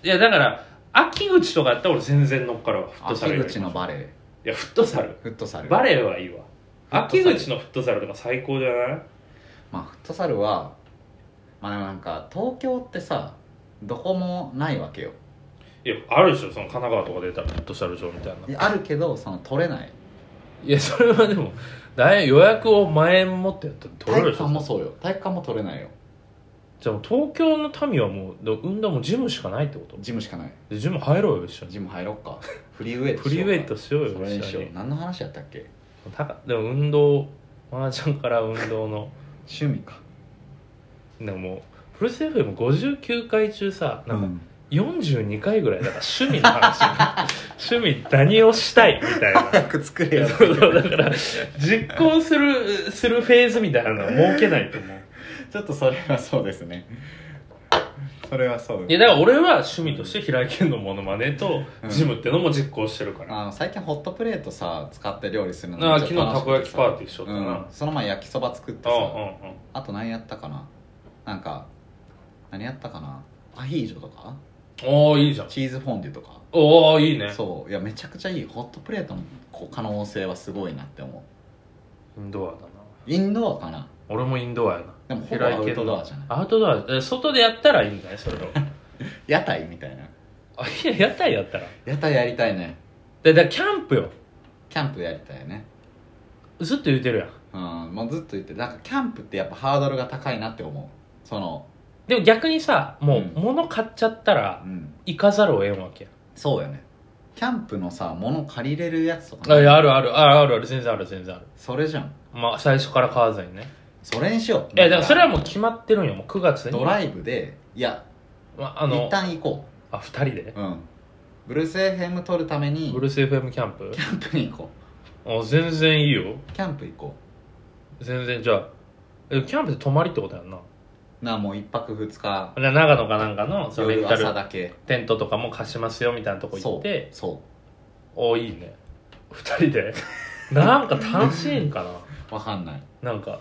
S1: いやだから秋口とかやったら俺全然乗っかるわフットサルよ
S2: 秋
S1: りも
S2: 口のバレー
S1: いやフットサル
S2: フットサル
S1: バレーはいいわ
S2: フットサ
S1: 秋
S2: ル
S1: 口のフットサルとか最高じゃない
S2: まあフットサルはまあでもなんか東京ってさどこもないわけよ
S1: いやあるでしょその神奈川とか出たらフットサル場みたいない
S2: いやあるけどその取れない
S1: やそれはでもだい予約を前もってやったら取れ
S2: 体
S1: る
S2: 育
S1: でしょ
S2: 館もそうよ体育館も取れないよ
S1: じゃあもう東京の民はもうだ運動もジムしかないってこと
S2: ジムしかない
S1: でジム入ろうよ一緒に
S2: ジム入ろ っかフリーウェイト
S1: フリーウェイト
S2: し
S1: しよ
S2: よ
S1: う
S2: う
S1: よ
S2: かそれに
S1: 一
S2: し
S1: 緒
S2: よ
S1: に
S2: う何の話やったっけ
S1: たかでも運動マージャンから運動の
S2: 趣味か
S1: でももうプロレス FM59 回中さなんか42回ぐらいだから趣味の 話趣味何をしたいみたいな
S2: 早く作れよ
S1: そうそうだから実行するするフェーズみたいなのは設けないと思う
S2: ちょっとそれはそうですねそれはそう
S1: いやだから俺は趣味として平井堅のモノマネと
S2: うん
S1: ジムってのも実行してるから、
S2: あの最近ホットプレートさ使って料理する
S1: あ
S2: の
S1: 昨日たこ焼きパー
S2: テ
S1: ティーしとったな、
S2: うん、その前焼きそば作ってさ
S1: あ
S2: あと何やったかななんか何やったかなアヒージョとか
S1: うんうんおーいいじゃん
S2: チーズフォンデュとか
S1: おおいいね
S2: そういやめちゃくちゃいいホットプレートのこう可能性はすごいなって思
S1: インドアだな
S2: うインドアかな
S1: 俺もインドアやな
S2: でもほぼアウトドアじゃない
S1: アウトドアえ外でやったらいいんだねそれ を
S2: 屋台みたいな
S1: あいや屋台やったら
S2: 屋台やりたいね
S1: でだからキャンプよ
S2: キャンプやりたいね
S1: ずっと言うてるやん
S2: うんもうずっと言ってなんかキャンプってやっぱハードルが高いなって思うその
S1: でも逆にさもう
S2: うん
S1: 物買っちゃったら
S2: うん
S1: 行かざるを得んわけや、
S2: そうよねキャンプのさ物借りれるやつとか
S1: あ
S2: ね
S1: いやあるあるあるあるある全然ある全然ある
S2: それじゃん
S1: まあ最初から買わずにね
S2: それにしよう
S1: いやだからそれはもう決まってるんよもう9月に
S2: ドライブでいや
S1: まあ、あ
S2: 一
S1: の
S2: 旦行こ
S1: あ2人で
S2: ううんブルース FM 撮るために
S1: ブルース FM キャンプ
S2: キャンプに行こ
S1: あ全然いいよ
S2: うキャンプ行こ
S1: 全然じゃあえキャンプで泊まりってことやんな
S2: うなあもう一泊二日
S1: で長野かなんかのそのレン
S2: 夜
S1: タ
S2: 朝
S1: ル
S2: だけ
S1: テントとかも貸しますよみたいなとこ行
S2: そ
S1: っ
S2: う
S1: て
S2: そ
S1: おいいね2人でなんか楽しいん か
S2: うわかんない
S1: ななんか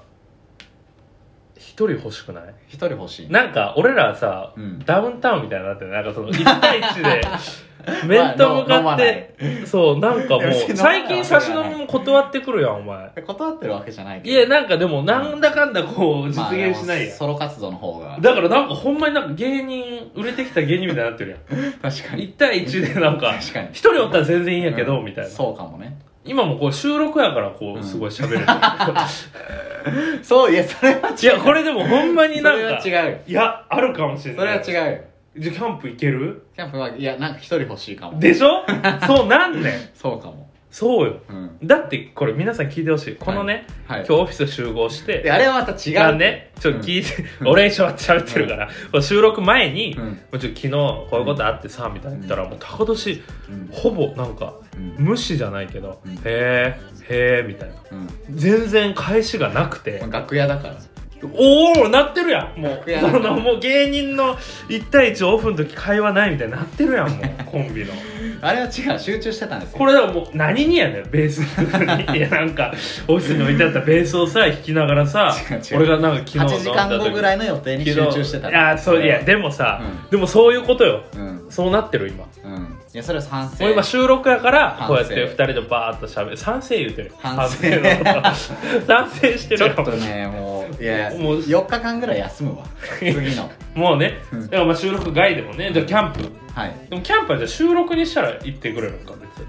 S1: 1人欲しくない
S2: 一人欲しい
S1: なんか俺らさ、
S2: うん
S1: ダウンタウンみたいになってるなんかその1対1で 面と向か
S2: まあ
S1: っ
S2: の飲まない
S1: て、そうなんかも
S2: いや別
S1: う
S2: に
S1: 最近差し飲みも断ってくるやんお前
S2: 断ってるわけじゃないけ
S1: い
S2: ど
S1: やなんかでもなんだかんだこう実現しないやん、
S2: ソロ活動の方が
S1: だからなんかほんまになんか芸人売れてきた芸人みたいになってるやん
S2: 確かに
S1: 1対1でなんか
S2: 確かに
S1: 一人おったら全然いいんやけど、みたいな
S2: そうかもね
S1: 今もこう収録やからこ
S2: う
S1: うんすごい 喋れる、
S2: そういやそれは違う
S1: いやこれでもほんまに
S2: そ
S1: なん
S2: れは
S1: か
S2: 違うよ
S1: いやあるかもしれ
S2: それ
S1: な
S2: はい違
S1: う
S2: うよ
S1: じゃあキャンプ行ける
S2: キャンプはいやなんか一人欲しいかも
S1: でし ょそうなんねん
S2: そうかも
S1: そうよ
S2: うん
S1: だってこれ皆さん聞いてほしいこのね、
S2: はい
S1: 今日オフィス集合して
S2: であれはまた違
S1: が
S2: う
S1: ねちょっと聞いて、 俺一緒に喋ってるから、これ収録前に、
S2: うん
S1: もうちょっと昨日こういうことあってさみたいな言ったら、もう高年
S2: うん
S1: ほぼなんか
S2: うん
S1: 無視じゃないけど、
S2: うん
S1: へえへえみたいな
S2: うん
S1: 全然返しがなくて、
S2: 楽屋だから
S1: おおなってるやんもう
S2: いや
S1: そのもう芸人の1対1オフの時会話ないみたいになってるやんもうコンビの
S2: あれは違う集中してたんですよ
S1: これでももう何にやねんベ ースにいやなんかオフィスに置いてあったベースをさ弾きながらさ
S2: 違う違う
S1: 俺がなんか昨日飲んだ
S2: 8時間後ぐらいの予定に集中してた
S1: いやそういやでもさ、でもそういうことよ
S2: うん
S1: そうなってる今
S2: うんいやそれは賛成
S1: もう今収録やから
S2: 反
S1: こ
S2: 省
S1: うやって2人でバーッとしゃべる賛成言うてる
S2: 反省
S1: 反省の賛成して
S2: ち
S1: る
S2: ょっ
S1: よ
S2: とねもういや
S1: もう
S2: 4日間ぐらい休むわ次 の
S1: もうね
S2: うん
S1: だからまあ収録外でもねじゃあキャンプ
S2: はい
S1: でもキャンプはじゃあ収録にしたら行ってくれるのか別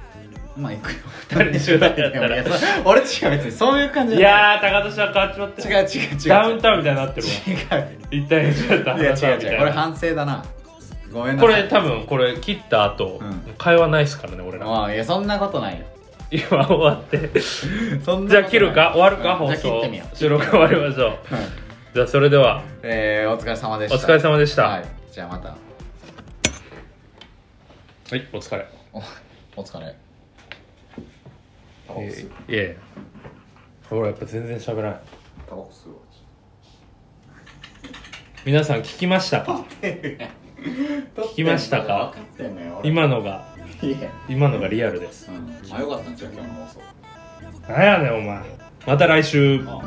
S2: まあ行くよ
S1: 二人で集団やったら
S2: いやそ俺違う別にそういう感じ
S1: にい
S2: じゃ
S1: やー高田氏は変わっちまって
S2: ない違う違う違う
S1: ダウンタウンみたいになってるわ
S2: 違う
S1: 一体ちょっと
S2: いや
S1: 話
S2: 違
S1: みたい
S2: う違うこれ
S1: な
S2: 反省だなごめんな
S1: こ
S2: さい
S1: れ多分これ切った後、
S2: うん
S1: 会話ないっすからね俺ら
S2: ああいやそんなことないよ
S1: 今終わって
S2: そんなことない
S1: じゃあ切るか終わるか、
S2: うん
S1: 放
S2: じゃあ切っ
S1: 送
S2: てみよう
S1: 収録終わりましょう
S2: はい
S1: じゃあそれでは
S2: えーお疲れ様で
S1: お
S2: した
S1: 疲れ様でした
S2: はいじゃあまた
S1: はい、お疲れ
S2: おお疲れタ
S1: いえいえほらやっぱ全然喋らない
S2: タバコ吸うわ
S1: 皆さん聞きましたか
S2: 聞
S1: きましたか
S2: 分かってんのよ俺
S1: 今のが
S2: いや
S1: 今のがリアルです
S2: うんまあよかったんじゃう今日の放送
S1: なんやねんお前また来週
S2: ああ